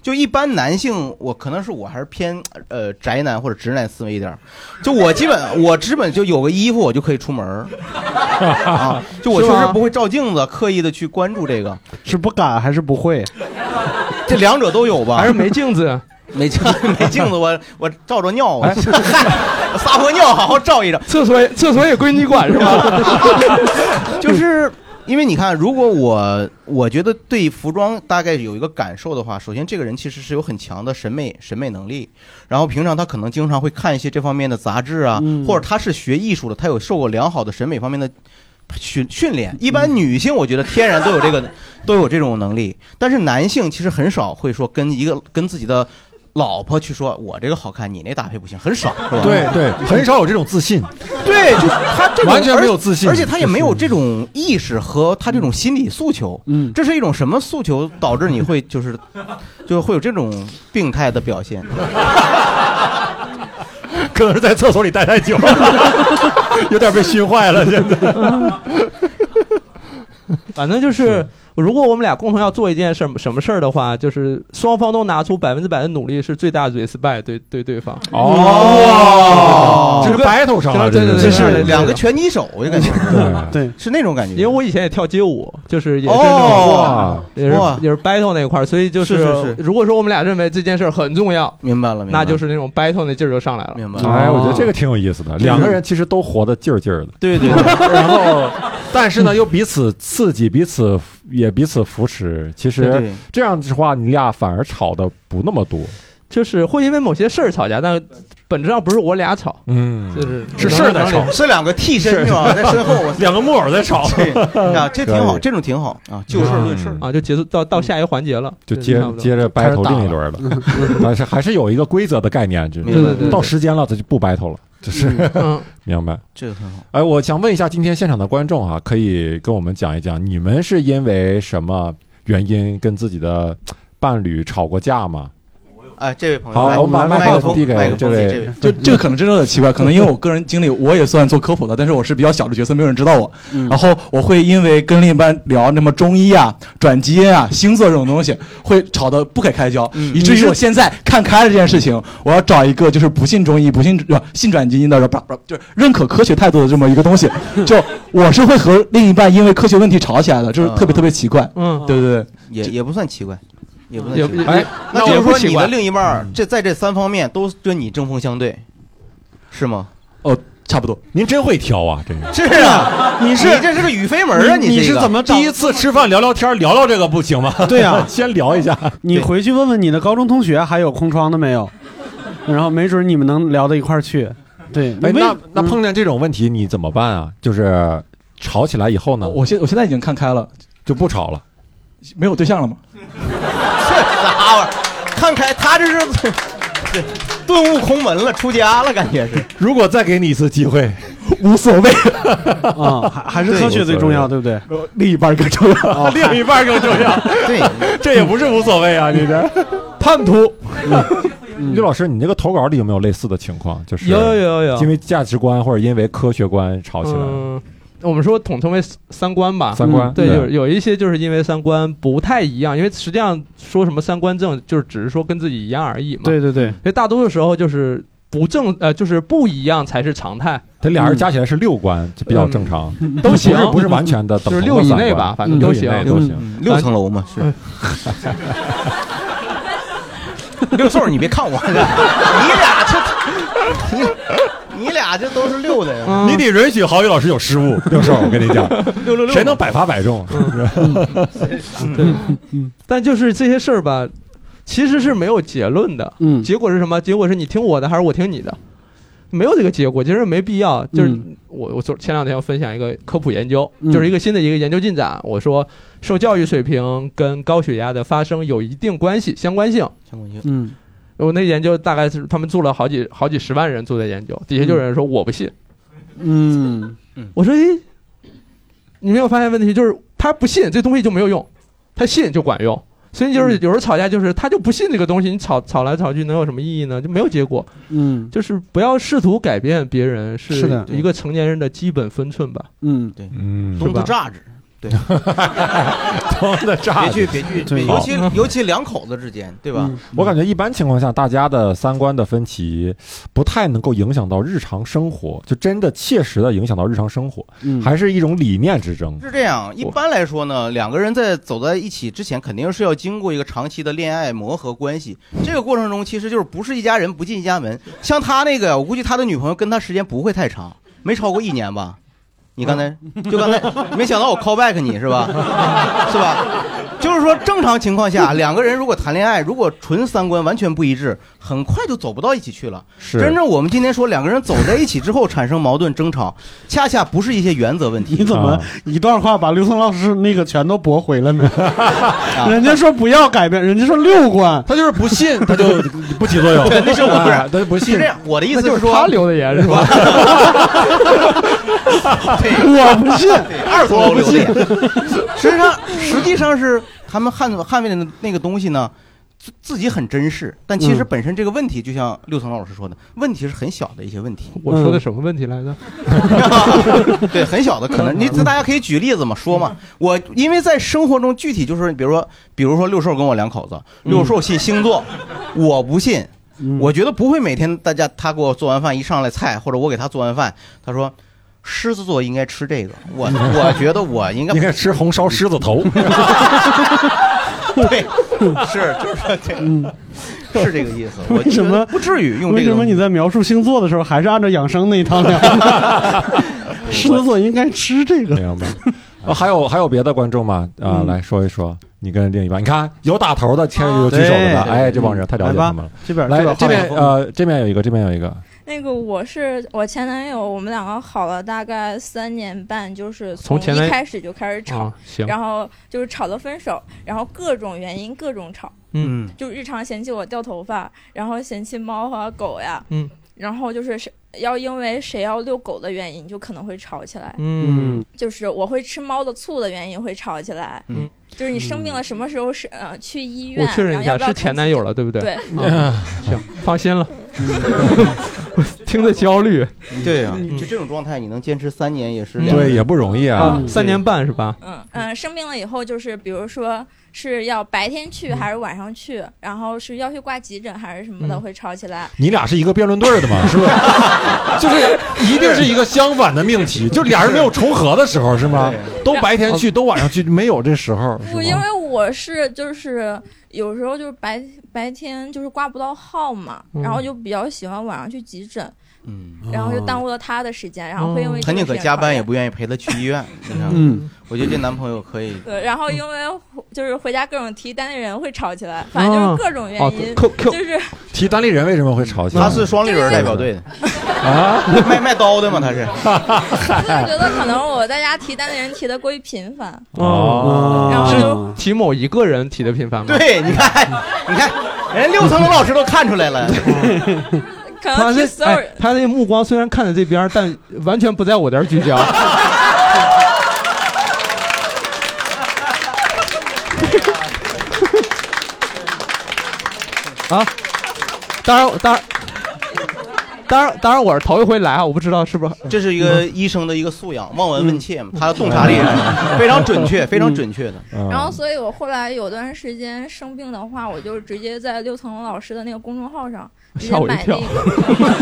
C: 就一般男性，我可能是我还是偏呃宅男或者直男思维一点儿，就我基本我基本就有个衣服我就可以出门儿啊，就我确
D: 是
C: 实
D: 吗
C: 不会照镜子，刻意的去关注这个，
E: 是不敢还是不会？
C: 这两者都有吧？
D: 还是没镜子，啊
C: 没镜
D: [LAUGHS]
C: 没镜子，我我照着尿，我我 [LAUGHS] 撒泡尿好好照一照，
D: 厕所也厕所也归你管是吧？
C: [LAUGHS]
D: [LAUGHS]
C: 就是。因为你看，如果我我觉得对服装大概有一个感受的话，首先这个人其实是有很强的审美审美能力，然后平常他可能经常会看一些这方面的杂志啊，
E: 嗯
C: 或者他是学艺术的，他有受过良好的审美方面的训训练。一
D: 嗯
C: 般女性我觉得天然都有这个 [LAUGHS] 都有这种能力，但是男性其实很少会说跟一个跟自己的老婆去说我这个好看，你那搭配不行，很少是吧？
B: 对对，很少有这种自信，
C: 对，就是他这种
B: 完全没有自信
C: 而且而且他也没有这种意识和他这种心理诉求。
E: 嗯，
C: 这是一种什么诉求导致你会就是，就会有这种病态的表现？
B: [LAUGHS] 可能是在厕所里待太久了， [LAUGHS] 有点被熏坏了。现在
D: 反正就是，如果我们俩共同要做一件什么什么事儿的话，就是双方都拿出百分之百的努力，是最大的 respect 对对对方。
B: 哦这
D: 这
B: 是
D: 个
B: battle 上了，
D: 对
B: 这
D: 对
B: 是
C: 就
D: 对对对
C: 是
D: 对
C: 两个拳击手，我就感觉
B: 对
E: 对，
C: 是那种感觉。
D: 因为我以前也跳街舞，就是也是那种、
C: 哦
B: 哇，
D: 也是
C: 哇
D: 也是 battle 那一块儿，所以就是
C: 是是
D: 如果说我们俩认为这件事儿很重要，
C: 明白了，明白了
D: 那就是那种 battle 那劲儿就上来了。
C: 明白了。
B: 哎，我觉
D: 哦
B: 得这个挺有意思的，两个人其实都活得劲儿劲儿的，
C: 对对
B: [LAUGHS] 然
C: [LAUGHS]
B: 后，但是呢，又彼此刺激，彼此也彼此扶持。其
C: 对
B: 实
C: 对，
B: 这样的话，你俩反而吵的不那么多。
D: 就是会因为某些事儿吵架，但本质上不是我俩吵，
B: 嗯
D: 就是
B: 是事儿在吵
C: 是两个替身是吧？在身后，
D: [LAUGHS]
C: 我
B: 两个木偶在吵，
C: 对啊， [LAUGHS] 这挺
B: 可
C: 好，
B: 以
C: 这种挺好啊，就事论事。
D: 啊，就结束到到下一个环节了，
B: 就
D: 对
B: 接
D: 差不多
B: 接着
E: 开始
B: battle
E: 打
B: 另一轮
C: [LAUGHS]
B: 了。但是还是有一个规则的概念，就是
C: 明
D: 对
C: 白
D: 对对，
B: 到时间了，他就不 battle 了，就是 [LAUGHS]
E: 嗯
D: 嗯，
B: 明白。
C: 这个很好。
B: 哎，我想问一下今天现场的观众啊，可以跟我们讲一讲，你们是因为什么原因跟自己的伴侣吵过架吗？
C: 哎，这位朋友，
B: 好
C: 来
B: 我们把麦
C: 麦
B: 克
C: 克
B: 风
C: 风
B: 递给
C: 麦克
B: 这
C: 风
B: 位
C: 这位。
F: 就这个可能真的很奇怪，可能因为我个人经历，我也算做科普的，但是我是比较小的角色，没有人知道我。
E: 嗯
F: 然后我会因为跟另一半聊那么中医啊、转基因啊、星座这种东西，会吵得不可开交，以至于我现在看开了这件事情，我要找一个就是不信中医、不信呃信转基因的，然后不不就是认可科学态度的这么一个东西。就我是会和另一半因为科学问题吵起来的，就是特别特别奇怪。
D: 嗯，
F: 对对对，
C: 也也不算奇怪，也不算
D: 也
C: 奇怪。
D: 也
B: 哎
C: 那就
D: 也
C: 是
D: 不
C: 说
D: 奇
C: 你的
D: 怪。
C: 另一半儿
B: 嗯
C: 这在这三方面都跟你针锋相对，是吗？
B: 哦
F: 差不多。
B: 您真会挑啊，这个
C: 是
E: [LAUGHS]
C: 啊，你
E: 是
C: 这是个语飞门儿啊，
E: 你
C: 你
E: 是怎
C: 么？
E: 么找
B: 第一次吃饭聊聊天，聊聊这个不行吗？
E: 对 [LAUGHS] 啊呀
B: 先聊一下。
E: 你
C: 对
E: 回去问问你的高中同学还有空窗的没有，然后没准你们能聊到一块儿去。对，
B: [LAUGHS] 哎，
E: 为
B: 那那
E: 嗯
B: 碰见这种问题你怎么办啊？就是吵起来以后呢，
F: 我现我现在已经看开了，
B: 就不吵了。
F: 没有对象了嘛。
C: 这咋玩意儿？啊看开，他这是对顿悟空门了，出家了，感觉是。
B: 如果
D: [LAUGHS]
B: 再给你一次机会，
F: [LAUGHS] 无所谓，呃
E: 啊，还还是科学最重要，对不对？
F: 另一半更重要。
B: 哦另一半更重要，
C: 哦 [LAUGHS] 对，
B: [LAUGHS] 这也不是无所谓啊，你这叛徒。于嗯老师，你那个投稿里有没有类似的情况？就是
D: 有有有有有
B: 因，为价值观或者因为科学观吵起来了。
D: 嗯，我们说统称为三观吧。嗯
B: 三观
D: 对，有有一些就是因为三观不太一样，因为实际上说什么三观正，就是只是说跟自己一样而已嘛。，
E: 对对对，
D: 所以大多数时候就是不正，呃，就是不一样才是常态，
B: 这俩人加起来是六关，就比较正常，
D: 都
B: 不是
D: 行，
B: 不是完全的等
D: 就
B: 同
D: 是
B: 的
D: 六以
B: 三
D: 内
B: 观
D: 吧，反
E: 嗯
D: 正
B: 六
D: 都
B: 以
D: 行。啊嗯
B: 内都
E: 嗯
B: 行。哎
C: 六层楼嘛是。六兽，你别看我， [LAUGHS] 你俩这，你俩这都是六的呀。
D: 嗯
B: [LAUGHS] 你得允许郝宇老师有失误，六兽，我跟你讲，
C: [LAUGHS] 六嗯六
B: 谁能百发百中？ [LAUGHS]
D: 但就是这些事儿吧，其实是没有结论的。
E: 嗯
D: 结果是什么？结果是你听我的还是我听你的？没有这个结果，其实没必要。就是
E: 嗯
D: 我我昨前两天我分享一个科普研究，
E: 嗯
D: 就是一个新的一个研究进展。我说受教育水平跟高血压的发生有一定关系，相关性。
E: 嗯
D: 我那研究大概是他们做了好几好几十万人做的研究，底下就有人说我不信。
E: 嗯
D: 我说诶，你没有发现问题就是他不信这东西就没有用，他信就管用。所以
E: 嗯
D: 就是有时候吵架就是他就不信这个东西，你吵吵来吵去能有什么意义呢？就没有结果。
E: 嗯
D: 就是不要试图改变别人，
E: 是
D: 是
E: 的
D: 一个成年人的基本分寸吧。
E: 嗯
B: 嗯，
C: 东
D: 吧
C: 子榨汁，
B: [LAUGHS] 装的炸
C: 别去别去，
E: 对
C: 尤其尤其两口子之间，对
E: 嗯
C: 吧？
B: 我感觉一般情况下，大家的三观的分歧不太能够影响到日常生活，就真的切实的影响到日常生活，
E: 嗯
B: 还是一种理念之争。
C: 是这样，一般来说呢，两个人在走在一起之前，肯定是要经过一个长期的恋爱磨合关系。这个过程中，其实就是不是一家人不进一家门。像他那个，我估计他的女朋友跟他时间不会太长，没超过一年吧。你刚才
B: 嗯
C: 就
B: [LAUGHS]
C: 刚才，没想到我 call back 你是吧？ [LAUGHS] 是吧？就是说，正常情况下，两个人如果谈恋爱，如果纯三观完全不一致，很快就走不到一起去了。
B: 是
C: 真正我们今天说两个人走在一起之后产生矛盾争吵，恰恰不是一些原则问题
E: 你。怎么
B: 啊
E: 一段话把刘松老师那个全都驳回了
B: [LAUGHS]
E: 呢？人家说不要改变，人家说六关，
B: 他就是不信，他就不起作用。
C: 对那是我
B: 哎他就不信
C: 是这。样，我的意
D: 那
C: 思
D: 就是
C: 说，
D: 他留的言是吧？
E: 我不信。
C: 对二层楼留的言。实际上，实际上是他们捍捍卫的那个东西呢，自自己很珍视，但其实
E: 嗯
C: 本身这个问题，就像六层老师说的，问题是很小的一些问题，
D: 我说的什么问题来着？
C: [LAUGHS] 对，很小的可能。你这大家可以举例子嘛，说嘛。我因为在生活中具体就是，比如说，比如说六兽跟我两口子，
D: 嗯
C: 六兽信星座，我不信。我觉得不会每天大家他给我做完饭一上来菜，或者我给他做完饭，他说狮子座应该吃这个，我我觉得我应该
B: 应该吃红烧狮子头，
C: 对， [LAUGHS] 是就是说这， [LAUGHS] 是这个意思。我
E: [LAUGHS] 为什么
C: 觉得不至于用
E: 为
C: 这个
E: 什么
C: 东
E: 你
C: 西？
E: 在描述星座的时候还是按照养生那一套聊？
C: [LAUGHS]
E: 狮子座应该吃这个。
B: 明白？啊，还有还有别的观众吗？
E: 嗯
B: 啊，来说一说你跟另一半，你看有打头的，牵有举手的，
E: 对
B: 哎，这帮人太了解他们了。
E: 这边
B: 来，这边
E: 话筒
B: 呃，这边有一个，这边有一个，
G: [LAUGHS] 那个我是我前男友，我们两个好了大概三年半，就是
D: 从前男
G: 一开始就开始吵，
D: 啊，行，
G: 然后就是吵到分手，然后各种原因各种吵，
C: 嗯，
G: 就日常嫌弃我掉头发，然后嫌弃猫和狗呀，
D: 嗯，
G: 然后就是谁要因为谁要遛狗的原因就可能会吵起来，
D: 嗯，
G: 就是我会吃猫的醋的原因会吵起来，
D: 嗯，
G: 就是你生病了什么时候是呃去医院，
D: [LAUGHS] 我确认一
G: 然
D: 下，
G: 后要不要
D: 是前男友了，对不对？
G: 看对，
D: 啊行，
B: [LAUGHS]
D: 放心了。
E: 嗯
D: 我 [LAUGHS] 听着焦虑
C: 对呀
D: 嗯，
C: 就这种状态，你能坚持三年也是
D: 嗯
C: 两
B: 对，也不容易啊
D: 啊，，三年半是吧？
G: 嗯嗯，生病了以后就是，比如说是要白天
C: 嗯
G: 去还是晚上去，然后是要去挂急诊还是什么的，
D: 嗯
G: 会吵起来。
B: 你俩是一个辩论队
D: [LAUGHS]
B: 的嘛，是不是？就是一定是一个相反的命题，就俩人没有重合的时候，是吗？都白天去，都晚上去，没有这时候，是
G: 不，因
B: 吗？
G: 为我是就是有时候就是白白天就是挂不到号嘛，然后就比较喜欢晚上去急诊，
C: 嗯，哦
G: 然后就耽误了他的时间，然后会因为这
C: 他
G: 个事
C: 宁嗯可
G: 情
C: 加
G: 吵
C: 班也
G: 架
C: 不愿意陪她去医院。你看，
E: 嗯，
C: 我觉得这男朋友可以。
G: 对，然后因为就是回家各种提单立人会吵起来，反正就
D: 啊
G: 是各种原
D: 哦
G: 因，
D: ，Q Q
G: 就是
B: 提单立人为什么会吵起来？
C: 他是双立人代表队的
B: 啊，
C: 卖卖刀的嘛？他
D: [LAUGHS]
C: 是
G: 就是觉得可能我在家提单立人提的过于频繁，
B: 哦，
G: 然后就
D: 提某一个人提的频繁吗？
C: 对，你看，你看，人家六层楼老师都看出来了，
G: [LAUGHS] 可
D: 他
G: 能
D: 这
G: 提所有
D: 哎
G: 人，。
D: 他这目光虽然看着这边，但完全不在我这儿聚焦。 [LAUGHS] 啊，当然，当然，当然，当然我是头一回来啊，我不知道是不是
C: 这是一个医生的一个素养，望闻问切嘛，他的洞察力
D: 嗯
C: 是非常准确，非常准确的。
G: 然后，所以我后来有段时间生病的话，我就直接在六层楼老师的那个公众号上直接
D: 吓我一
G: 买
D: 跳
G: 那个，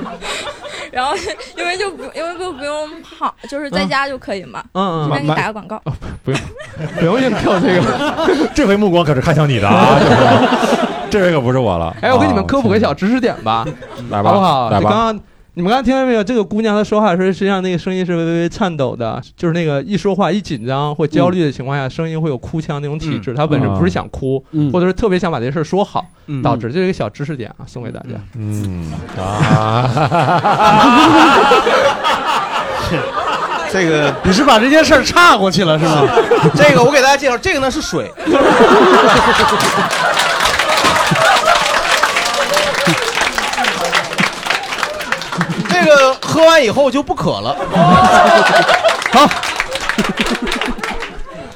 G: [LAUGHS] 然后因为就不因为就不用跑，就是在家就可以嘛。这
D: 嗯嗯
G: 边给你打个广告，
D: 不用硬 Q 这个。
B: [LAUGHS] 这回目光可是看向你的
D: [LAUGHS]
B: 啊，这回这回可不是我了。
D: 哎，我给你们
B: 啊
D: 科普个小知识点吧，
B: 来吧，
D: 好不好？
B: 来
D: 就
B: 吧，
D: 刚刚你们刚刚听到没有？这个姑娘她说话的时候，实际上那个声音是微微颤抖的，就是那个一说话一紧张或焦虑的情况下，声音会有哭腔那种体
B: 嗯
D: 质。她本身不是想哭，
E: 嗯
D: 或者是特别想把这事儿说好，
C: 嗯
D: 导致这是一个小知识点啊，送给大家。
B: 嗯啊，
C: 这个
E: 你是把这件事儿岔过去了是吗？
C: [LAUGHS] 这个我给大家介绍，这个呢是水， [LAUGHS] 这个喝完以后就不渴了。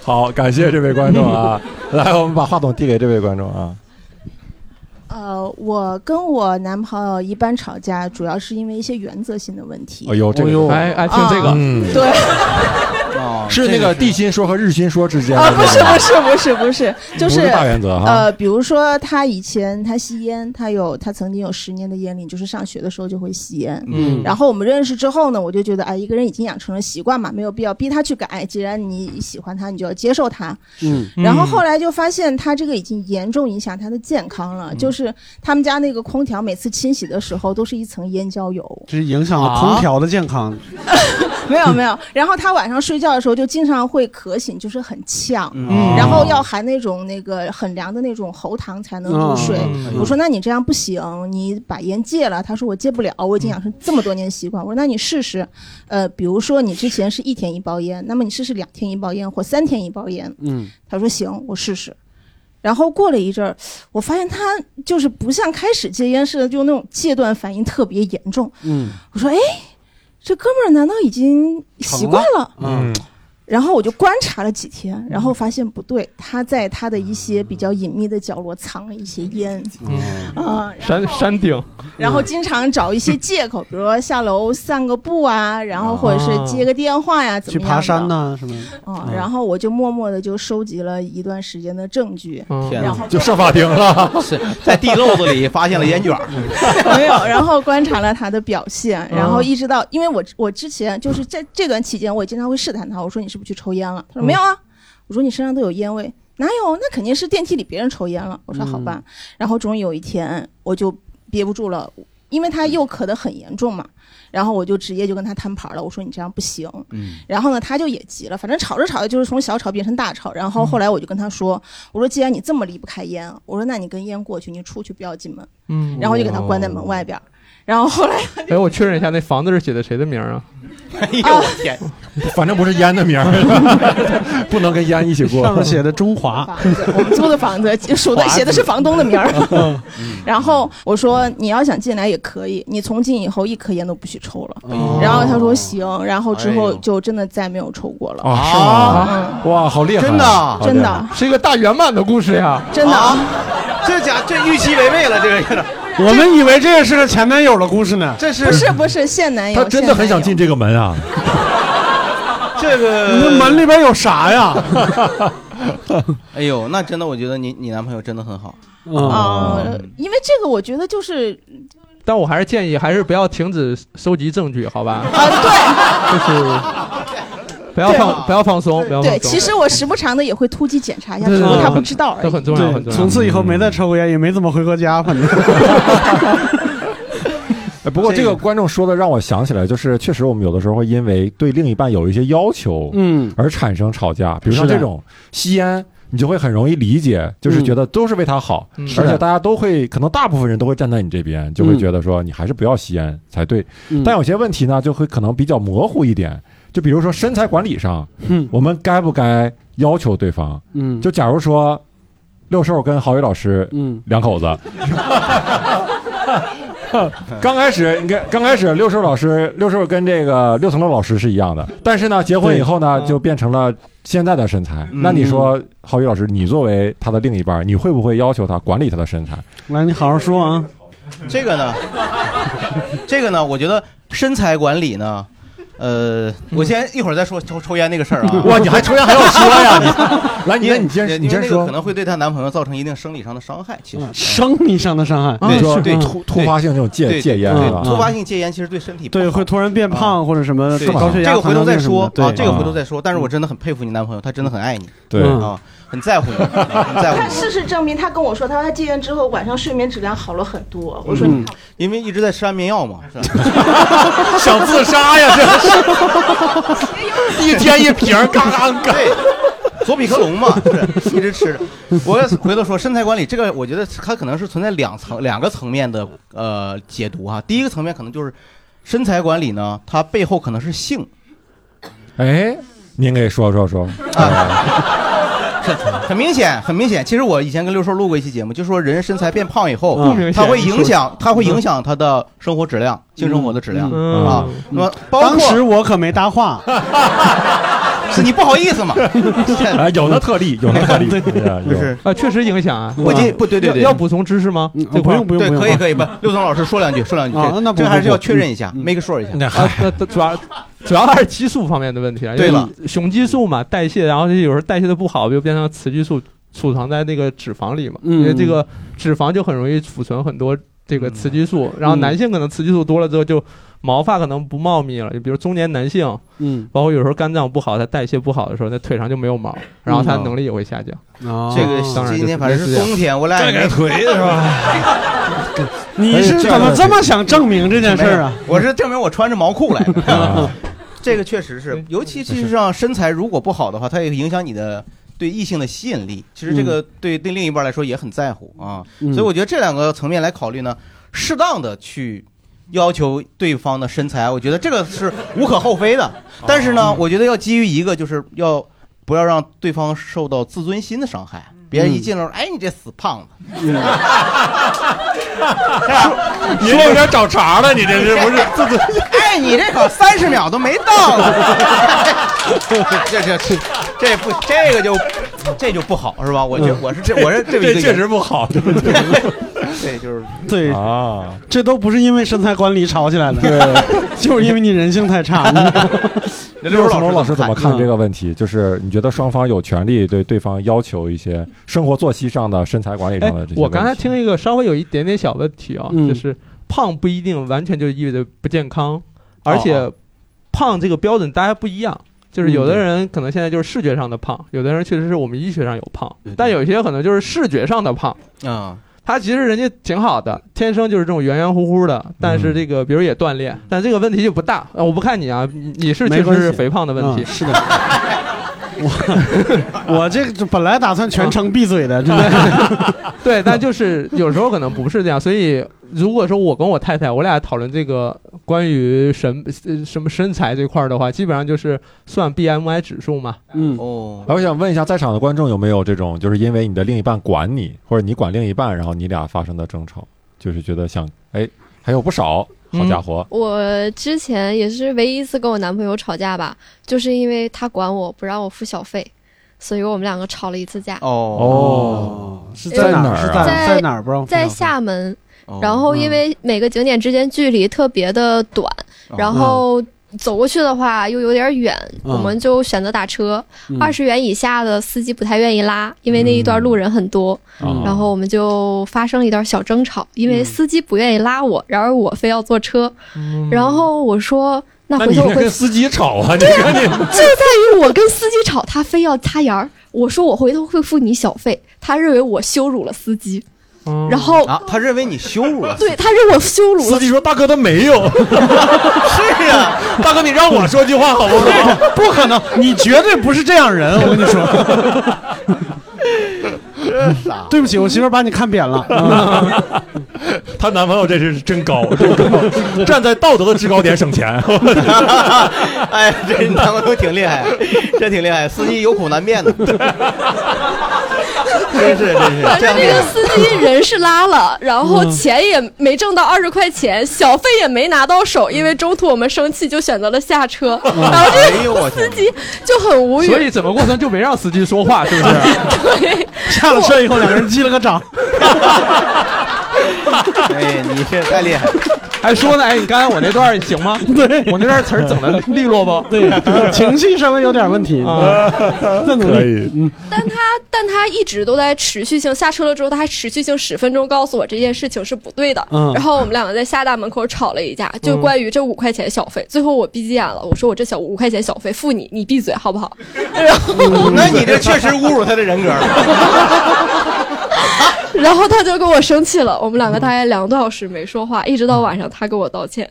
B: 好，感谢这位观众
D: [LAUGHS]
B: 啊，来，我们把话筒递给这位观众啊，
H: [LAUGHS] 呃，我跟我男朋友一般吵架，主要是因为一些原则性的问题。啊
B: 哎呦，这
E: 哎
B: 个
E: 呦
D: 哎哎，听这个，
B: 嗯，
H: 哦
B: [LAUGHS]
H: 对，
C: 哦
B: 是那个地心说和日心说之间
H: 啊，
B: 的，
H: 不是不是不是不是，就
B: 不
H: 是
B: 是大原则哈，
H: 呃，比如说他以前他吸烟，他有他曾经有十年的烟龄，就是上学的时候就会吸烟。
E: 嗯
H: 然后我们认识之后呢，我就觉得哎，一个人已经养成了习惯嘛，没有必要逼他去改。既然你喜欢他，你就要接受他。
E: 嗯，
H: 然后后来就发现他这个已经严重影响他的健康了，就是他们家那个空调每次清洗的时候都是一层烟焦油
E: [LAUGHS] 这影响了空调的健
C: 啊
E: 康。
H: 没有没有。然后他晚上睡觉的时候就经常会渴醒，就是很呛，
E: 嗯
H: 然后要含那种那个很凉的那种喉糖才能入睡。
E: 嗯
H: 我说那你这样不行，你把烟戒了。他说我戒不了，我已经养成这么多年习惯。
E: 嗯
H: 我说那你试试，呃，比如说你之前是一天一包烟，那么你试试两天一包烟或三天一包烟。
E: 嗯
H: 他说行，我试试。然后过了一阵儿，我发现他就是不像开始戒烟似的，就那种戒断反应特别严重。
E: 嗯
H: 我说，哎，这哥们儿难道已经习惯了？
E: 嗯
H: 然后我就观察了几天，然后发现不对，他在他的一些比较隐秘的角落藏了一些烟，
E: 嗯
H: [LAUGHS] 啊、
D: 山山顶，
H: 然后经常找一些借口，比如说下楼散个步啊，然后或者
D: 啊
H: 是接个电话呀，怎
E: 哦去
H: 么样
E: 爬
H: 的
E: 山嗯呐什么？
H: 啊、然后我就默默的就收集了一段时间的证据，
D: 嗯
C: 天
H: 然
C: 哪，
H: 后
B: 就上法庭了，
C: 是在地漏子里发现了烟卷儿，
H: [LAUGHS] 没有，然后观察了他的表现，然后一直到，因为我我之前就是在这段期间，我也经常会试探他，我说你是不是去抽烟了？他说没有啊，我说你身上都有烟味，哪有？那肯定是电梯里别人抽烟了。我说好吧，然后终于有一天我就憋不住了，因为他又咳得很严重嘛，然后我就直接就跟他摊牌了，我说你这样不行。
C: 嗯，
H: 然后呢，他就也急了，反正吵着吵着就是从小吵变成大吵。然
C: 嗯
H: 后后来我就跟他说，我说既然你这么离不开烟，我说那你跟烟过去，你出去不要进门。
D: 嗯，
H: 然后就给他关在
C: 哦
H: 门外边儿。然后后来
D: 哎，我确认一下，那房子是写的谁的名儿啊？
C: [LAUGHS] 哎呦我天，
H: 啊
B: 反正不是烟的名
D: [LAUGHS]
B: 儿不能跟烟一起过
E: 上。面写的中华，
H: 房子，我们租的房子，数的写的是房东的名
E: [LAUGHS]
H: 儿。
C: 嗯
H: [LAUGHS]
E: 嗯
H: 然后我说你要想进来也可以，你从今以后一颗烟都不许抽了。然后他说行，然后之
C: 哦哎
H: 后
C: 呦哦
H: 就真的再没有抽过了。
B: 啊，是吗？哇，好厉害！啊
C: 真的
B: 好厉害
H: 真的，
D: 是一个大圆满的故事呀。
H: 真
E: 啊
H: 的，啊
C: 啊这家这 [LAUGHS] 预期违背了，这个有点儿
E: 我们以为这个是个前男友的故事呢。
C: 这是
H: 不是不是现男友，
B: 他真的很想进
H: 现
B: 这个门啊！
C: 这
E: 你
C: 个
E: 这门里边有啥呀？
C: [LAUGHS] 哎呦，那真的，我觉得你你男朋友真的很好。
H: 男友
E: 嗯，
H: 啊，因为这个我觉得就是
D: 但我还是建议，还是不要停止收集证据，好吧？
H: 啊，对
D: 就是不要放，不要放松，不要放
H: 对，
D: 松。
H: 其实我时不常的也会突击检查一下，
D: 对
H: 只
D: 对
H: 不过
D: 对
H: 他不知道而
D: 这
H: 已。
D: 很重要，很
E: 对，
D: 重要。
E: 从此以后没再抽过烟，也没怎么回过家，反正。
C: [LAUGHS]
B: 哎不过这
C: 这
B: 个
C: 个
B: 观众说的让我想起来，就是确实我们有的时候会因为对另一半有一些要求，
E: 嗯，
B: 而产生吵架。比如像
E: 是的
B: 这种吸烟，你就会很容易理解，就是觉得都是为他好，
D: 嗯
B: 而且大家都会，可能大部分人都会站在你这边，就会觉得说你还是不要吸烟才对。
E: 嗯
B: 但有些问题呢，就会可能比较模糊一点。就比如说身材管理上，
E: 嗯
B: 我们该不该要求对方？
E: 嗯
B: 就假如说，六兽跟郝宇老师
E: 嗯
B: 两口子。 [LAUGHS] 刚开始，你看，刚开始六兽老师，六兽跟这个六层楼老师是一样的，但是呢，结婚以后呢，就变成了现在的身材。
D: 嗯
B: 那你说，郝宇老师，你作为他的另一半，你会不会要求他管理他的身材？
E: 来，你好好说啊。
C: 这个呢，这个呢，我觉得身材管理呢，呃，我先一会儿再说抽抽烟那个事儿啊。
B: 哇你还抽烟还要说
C: [LAUGHS]
B: 呀你来你
C: 因为
B: 那你先
C: 因为
B: 你先
C: 那个
B: 说嗯
C: 可能会对她男朋友造成一定生理上的伤害。其实
E: 生理上的伤害，
B: 你说
E: 是
B: 对
E: 嗯
B: 突突发性这种戒
C: 对
B: 戒烟啊
C: 对
B: 是吧？
C: 突发性戒烟其实对身体不
E: 对，
C: 好
E: 会突然变胖或者什
B: 呃
E: 么
C: 对
E: 高血压、
C: 这个回头再说
E: 糖尿
C: 啊，这
E: 病什么的对
C: 个回头再说。但是我真的很佩服你男朋友，他真的很爱你，
B: 嗯对
E: 嗯
C: 啊，很在乎你，很在乎
H: 他
B: [LAUGHS]
C: 你。
H: 事实证明，他跟我说，他说他戒烟之后晚上睡眠质量好了很多。
B: 嗯
H: 我说你看，
C: 因为一直在吃安眠药嘛，是吧？
B: [LAUGHS]
C: [LAUGHS]
B: 想自杀
H: [LAUGHS]
B: 呀，这是 [LAUGHS] 一天一瓶，嘎嘎嘎。
C: 对，左匹
B: [LAUGHS]
C: 克隆嘛，就是一直吃着。我回头说身材管理这个，我觉得它可能是存在两层两个层面的呃解读哈。第一个层面可能就是身材管理呢，它背后可能是性，
B: 哎，您给说说说，
C: 很明显，很明显。其实我以前跟六叔录过一期节目，就说人身材变胖以后，
E: 嗯
D: 明显
C: 它会影响，它会影响他的生活质量、性生活的质量、
D: 嗯
C: 啊。那么包括
E: 当时我可没搭话，
C: [LAUGHS] 是你不好意思嘛，
B: [LAUGHS] 哎，有那特
D: [LAUGHS]
B: 例，有那特例，哎就
C: 就是
D: 啊，确实影响啊。
C: 不仅不对对
D: 要
C: 对，
D: 要补充知识吗？
E: 嗯
D: 这
E: 不
D: 块儿
E: 用不用
C: 对
E: 不用，
C: 可以可以不，六总老师说两句说两句，
E: 啊
C: 这
E: 那不
C: 这还是
E: 不不嗯
C: 要确认一下，make sure 一下。
B: 那
D: 啊，那主要主要还是激素方面的问题啊。因为
C: 对了，
D: 雄激素嘛，代谢，然后有时候代谢的不好，就变成雌激素储藏在那个脂肪里嘛，
E: 嗯
D: 因为这个脂肪就很容易储存很多这个雌激素，然后男性可能雌激素多了之后就。毛发可能不茂密了，就比如中年男性，
E: 嗯，
D: 包括有时候肝脏不好，他代谢不好的时候，那腿上就没有毛，然后他能力也会下降。
E: 哦
C: 这个
D: 当然就是
C: 今天反正是冬天，我俩也没
B: 腿是吧？
E: 你是怎么这么想证明这件事儿啊？
C: 没有我是证明我穿着毛裤来的。 [LAUGHS] 这个确实
B: [LAUGHS]
C: 是， [LAUGHS] 尤其其实上身材如果不好的话，它也影响你的对异性的吸引力。其实这
B: 嗯
C: 个对对另一半来说也很在乎啊，
E: 嗯
C: 所以我觉得这两个层面来考虑呢，适当的去。要求对方的身材，我觉得这个是无可厚非的。
B: 哦
C: 但是
B: 嗯
C: 呢，我觉得要基于一个，就是要不要让对方受到自尊心的伤害。
B: 嗯
C: 别人一进来说，哎，你这死胖子，
B: 你这有点找茬了，你这是不是？
C: [LAUGHS] 哎，你这可三十秒都没到呢，这这这 [LAUGHS] 这不这个就这就不好是吧？我觉我是这我是这么一个
B: 嗯这确实不好
C: 对，就是
E: [LAUGHS] 对，
B: 啊。
E: 这都不是因为身材管理吵起来的， [LAUGHS] 就是因为你人性
C: [LAUGHS]
E: 太差。 [LAUGHS]
B: 六成龙老师怎么看
E: 嗯
B: 这个问题？就是你觉得双方有权利对对方要求一些生活作息上的、身材管理
D: 哎
B: 上的啊这，些问题？
D: 我刚才听一个稍微有一点点小问题啊，
E: 嗯
D: 就是胖不一定完全就意味着不健康，
B: 哦
D: 而且胖这个标准大家不一样。
B: 嗯
D: 就是有的人可能现在就是视觉上的胖，有的人确实是我们医学上有胖
C: 对对，
D: 但有些可能就是视觉上的胖，
C: 啊，
D: 他其实人家挺好的，天生就是这种圆圆乎乎的，但
B: 嗯
D: 是这个比如也锻炼，但这个问题就不大。呃我不看你啊，你你是
E: 没
D: 确
E: 关
D: 实是
E: 系
D: 肥胖的问题
E: 嗯， [LAUGHS] 是的。我嗯我这个本来打算全程闭嘴的，真的。 [LAUGHS]
D: 对，但就是有时候可能不是这样，所以如果说我跟我太太，我俩讨论这个关于什呃什么身材这块儿的话，基本上就是算 BMI 指数嘛。
E: 嗯，
C: 哦，
B: 哎，我想问一下，在场的观众有没有这种，就是因为你的另一半管你，或者你管另一半，然后你俩发生的争吵，就是觉得想，哎，还有不少，好
I: 嗯
B: 家伙，
I: 我之前也是唯一一次跟我男朋友吵架吧，就是因为他管我不让我付小费，所以我们两个吵了一次架，
C: 哦，
E: 哦，是
I: 在
E: 哪
B: 哪儿
E: 是
B: 啊哦
E: 在
I: 在
E: 在哪儿不让我
I: 在
E: 知道
I: 厦门，然
E: 嗯
I: 后因为每个景点之间距离特别的短，
C: 哦
I: 然后走过去的话又有点远，
E: 嗯
I: 我们就选择打车。
E: 嗯
I: 二十元以下的司机不太愿意拉，因为那一段路人很多，
E: 嗯
I: 然后我们就发生了一段小争吵，因为司机不愿意拉我，然而我非要坐车，
E: 嗯
I: 然后我说。那
B: 那
I: 回
B: 你
I: 头我
B: 这
I: 会
B: 跟司机吵啊？你看你，
I: [LAUGHS] 就在于我跟司机吵，他非要擦沿儿。我说我回头会付你小费，他认为我羞辱了司机，
D: 嗯
I: 然后、
C: 啊，他认为你羞辱了，
I: 对他认为我羞辱
B: 司
I: 了，
B: 机说大哥他没
C: [LAUGHS]
B: 有，
C: 是
E: [LAUGHS]
C: 啊，
B: 大哥你让我说句话好不好？
E: 不可能，你绝对不是这样人，我跟你说。对不起，我媳妇儿把你看扁了。
B: [LAUGHS] 她男朋友这是真高，真 [LAUGHS] 高，站在道德的制高点省钱。
C: [LAUGHS] 哎，这你男朋友挺厉害，这挺厉害，司机有苦难辩的，真是真是，
I: [LAUGHS] 反
C: 这
I: 正这
C: 样厉
I: 个
C: 害。
I: 司机人是拉
C: [LAUGHS]
I: 了，然后钱也没挣到二十块钱，小费也没拿到手，因为中途我们生气就选择了下车，然后
C: 哎
I: 这
C: 呦我
I: 个
C: 天
I: 司机就很无语。
D: 所以整个过程就没让司机说话，是不是？
I: 对，
E: 下了车以后，两个人击了个掌。
C: 哎，你这太厉害了，
D: 还说呢，哎，你刚才我那段儿行吗？
E: 对
D: 我那段词儿整的利落不？
E: 对， [LAUGHS] 情绪稍微有点问题，
B: [LAUGHS]
D: 啊，
E: 再努
B: 可
E: 力。嗯
B: 以，
I: 但他但他一直都在持续性下车了之后，他还持续性十分钟告诉我这件事情是不对的。
E: 嗯
I: 然后我们两个在厦大门口吵了一架，
C: 嗯
I: 就关于这五块钱小费。最后我闭眼了，我说我这小五块钱小费付你，你闭嘴好不好？ [LAUGHS] 然后
C: 那你这确实侮辱他的人格了。
I: 然后他就跟我生气了，我们两个大概两个多小时没说话，一直到晚上他跟我道歉。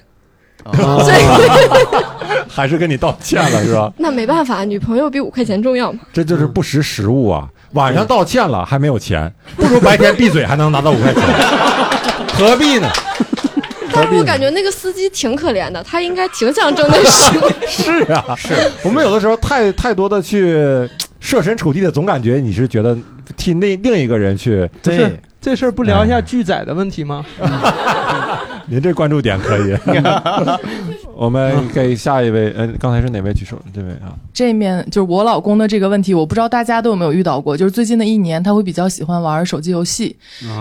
I: 所以
B: [LAUGHS] 还是跟你道歉了是吧？
I: 那没办法，女朋友比五块钱重要嘛。
B: [LAUGHS] 这就是不识时务啊！晚上道歉了还没有钱，不如白天闭嘴还能拿到五块钱， [LAUGHS] 何必呢？
I: 但是我感觉那个司机挺可怜的，他应该挺想挣那十。
B: 是啊，是我们有的时候太太多的去设身处地的，总感觉你是觉得替那另一个人去。
D: 是，这事儿不聊一下拒载的问题吗？
B: 您这关注点可
J: [LAUGHS]
B: 以。我们给下一位，嗯、刚才是哪位举手？这位啊，
J: 这面就是我老公的这个问题，我不知道大家都有没有遇到过。就是最近的一年，他会比较喜欢玩手机游戏，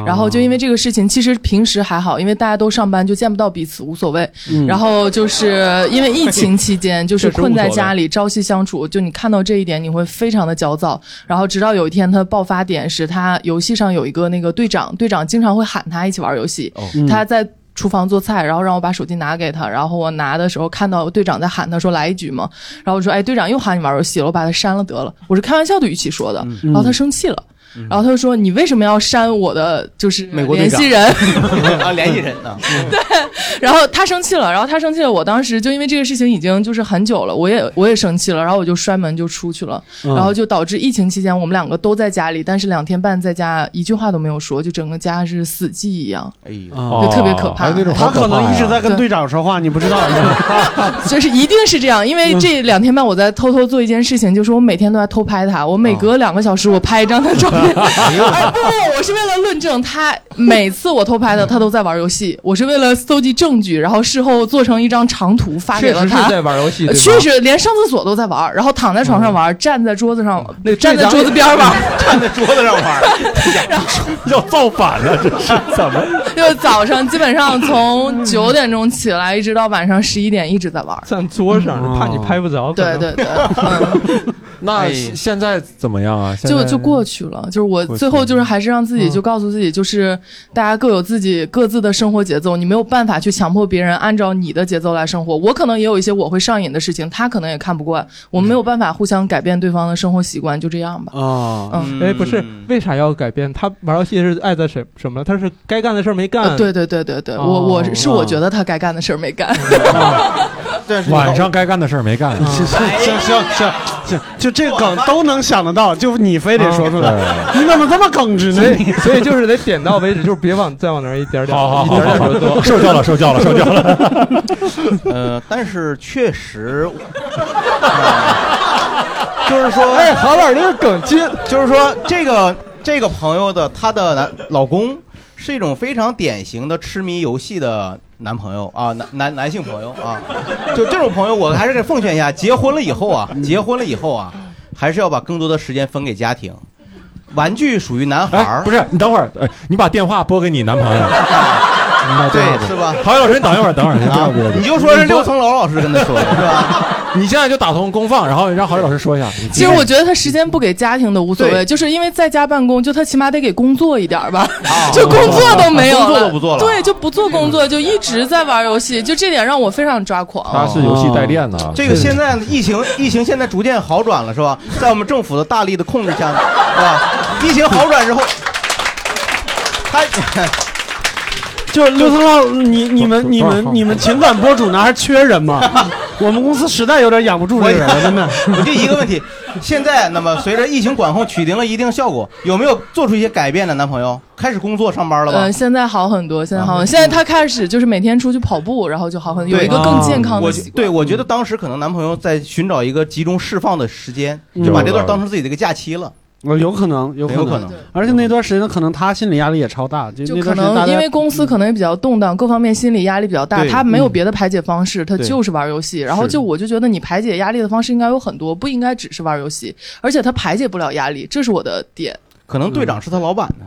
J: 然后就因为这个事情，其实平时还好，因为大家都上班，就见不到彼此，无所谓。然后就是因为疫情期间，就是困在家里，朝夕相处，就你看到这一点，你会非常的焦躁。然后直到有一天，他爆发点是他游戏上有一个那个队长，队长经常会喊他一起玩游戏，他在。厨房做菜，然后让我把手机拿给他，然后我拿的时候看到队长在喊他说来一局嘛，然后我说哎队长又喊你玩游戏了，我把他删了得了，我是开玩笑的语气说的，然后他生气了，然后他就说你为什么要删我的就是
C: 美国队
J: 联
C: 长
J: 系人？
C: 啊，联系人啊，
J: 然后他生气了，然后他生气了，我当时就因为这个事情已经就是很久了，我也我也生气了，然后我就摔门就出去了，
D: 嗯
J: 然后就导致疫情期间我们两个都在家里，但是两天半在家一句话都没有说，就整个家是死寂一样， [LAUGHS]
C: 哎呦，
E: 啊
J: 就特别可怕。
B: 还有那种
E: 他可能一直在跟
J: 对
E: 队长说话，你不知道。
J: 就是一定是这样，因
D: 嗯
J: 为这两天半我在偷偷做一件事情，就是我每天都在偷拍他，我
D: 哦
J: 每隔两个小时我拍一张他照
D: [LAUGHS]
J: 片。哎不不，我是为了论证他每次我偷
D: 嗯
J: 拍的他都在玩游戏，我是为了搜集证据，然后事后做成一张长图发给
D: 确
J: 了
D: 实是
J: 他。
D: 在玩游戏，对吗嗯
J: 确实，连上厕所都在玩，然后躺在床上玩，站在桌子上，
D: 那
J: 站在桌子
D: [LAUGHS]
J: 边玩，
C: 站在桌子上玩儿， [LAUGHS]
B: 要造反了，这是怎么？
J: 就早上基本上从九点钟起来，一直到晚上十一点一直在玩。
D: 站桌上，
B: 嗯
D: 怕
B: 哦
D: 你拍不着。可
J: 对
D: 能
J: 哦对对，嗯。
B: [LAUGHS] 那
C: 哎
B: 现现在怎么样啊？现
J: 就
B: 在
J: 就过去了，就是我
B: 过去
J: 最后就是还是让
D: 嗯
J: 自己就告诉自己，就是大家各有自己各自的生活节奏，你没有办法去强迫别人按照你的节奏来生活。我可能也有一些我会上瘾的事情，他可能也看不惯，我们没有办法互相改变对方的生活习惯，就这样吧。
E: 啊，
J: 嗯
D: 哎，不是，为啥要改变？他玩游戏是爱在什什么了？他是该干的事儿没干。
J: 呃对对对对对，
D: 哦
J: 我我是
D: 哦
J: 我觉得他该干的事儿没干，
C: 嗯但是
B: 晚上该干的事儿没干。啊
D: 嗯
E: 行行行行行，就这梗都能想得到，就你非得说出来，
B: 对
E: 你怎么这么耿直呢
D: 所？以，所以就是得点到为止，就是别往再往那儿一点点，
B: 好好
D: 一
B: 好
D: 点点
B: 好
D: 儿
B: 好，
D: 多。
B: 受教了，受教了，受教了。
C: [LAUGHS]
D: [LAUGHS]
B: [LAUGHS]
C: 呃，但是确实，呃 [LAUGHS]
D: 就是说，哎，韩老师这个梗劲，
C: 就是说这个这个朋友的她的男老公是一种非常典型的痴迷游戏的男朋友啊，男男男性朋友啊，就这种朋友，我还是给奉劝一下，结婚了以后啊，结婚了以后啊，还是要把更多的时间分给家庭。玩具属于男孩
B: 哎，
C: 儿，
B: 不是，你等会儿，哎，你把电话拨给你男朋友。
C: [LAUGHS]
B: 你把电话拨
C: 对，是吧？
B: 郝宇老师，你等一会儿，等一会儿，你不
C: 啊
B: 要别，
C: 你就说是六层楼老师跟他说的，是吧？
B: [LAUGHS] 你现在就打通公放，然后让郝宇老师说一下。
J: 其实我觉得他时间不给家庭的无所
C: 对
J: 谓，就是因为在家办公，就他起码得给工作一点儿吧。[LAUGHS]
C: 啊
J: 就工作都没有了，
C: 哦工作都不做了
J: 对，就不做工作，就一直在玩游戏，就这点让我非常抓狂。
B: 他是游戏代练的啊，
C: 哦这个现在疫
E: [LAUGHS]
C: 情，疫情现在逐渐好转了，是吧？在我们政府的大力的控制下，是吧？疫情好转之后，他
E: 就是刘森老，你你
B: 不
E: 们你
B: 不
E: 们你们情感博主那还缺人吗？ [LAUGHS] 我们公司实在有点养不住这人了，真的。
C: [LAUGHS] 我就一个问题，现在那么随着疫情管控取得了一定效果，有没有做出一些改变呢？男朋友开始工作上班了吧啊
J: 嗯，？现在好很多，现在好很多。现在他开始就是每天出去跑步，然后就好很呃多，有
C: 对
J: 一个更健康
C: 我
J: 的
C: 觉
J: 习惯。嗯
C: 对，我觉得当时可能男朋友在寻找一个集中释放的时间，
E: 嗯
C: 就把这段当成自己的一个假期
E: [LAUGHS]
C: 了，
E: 我 [LAUGHS] 有可能，有
C: 很有
E: 可
C: 可
E: 能。
C: 能。
E: 而且那段时间可能他心理压力也超大，就
J: 就
E: 那
J: 可
E: 段时间大
J: 能
E: 家嗯
J: 因为公司可能也比较动荡，各方面心理压力比较大，
C: 对
J: 他没有别的排解方式，他
C: 对
J: 就是玩游戏。然后就我就觉得你排解压力的方式应该有很多，不应该只是玩游戏。而且他排解不了压力，这是我的点。
E: 啊
C: [LAUGHS] 可能队长是他老板呢。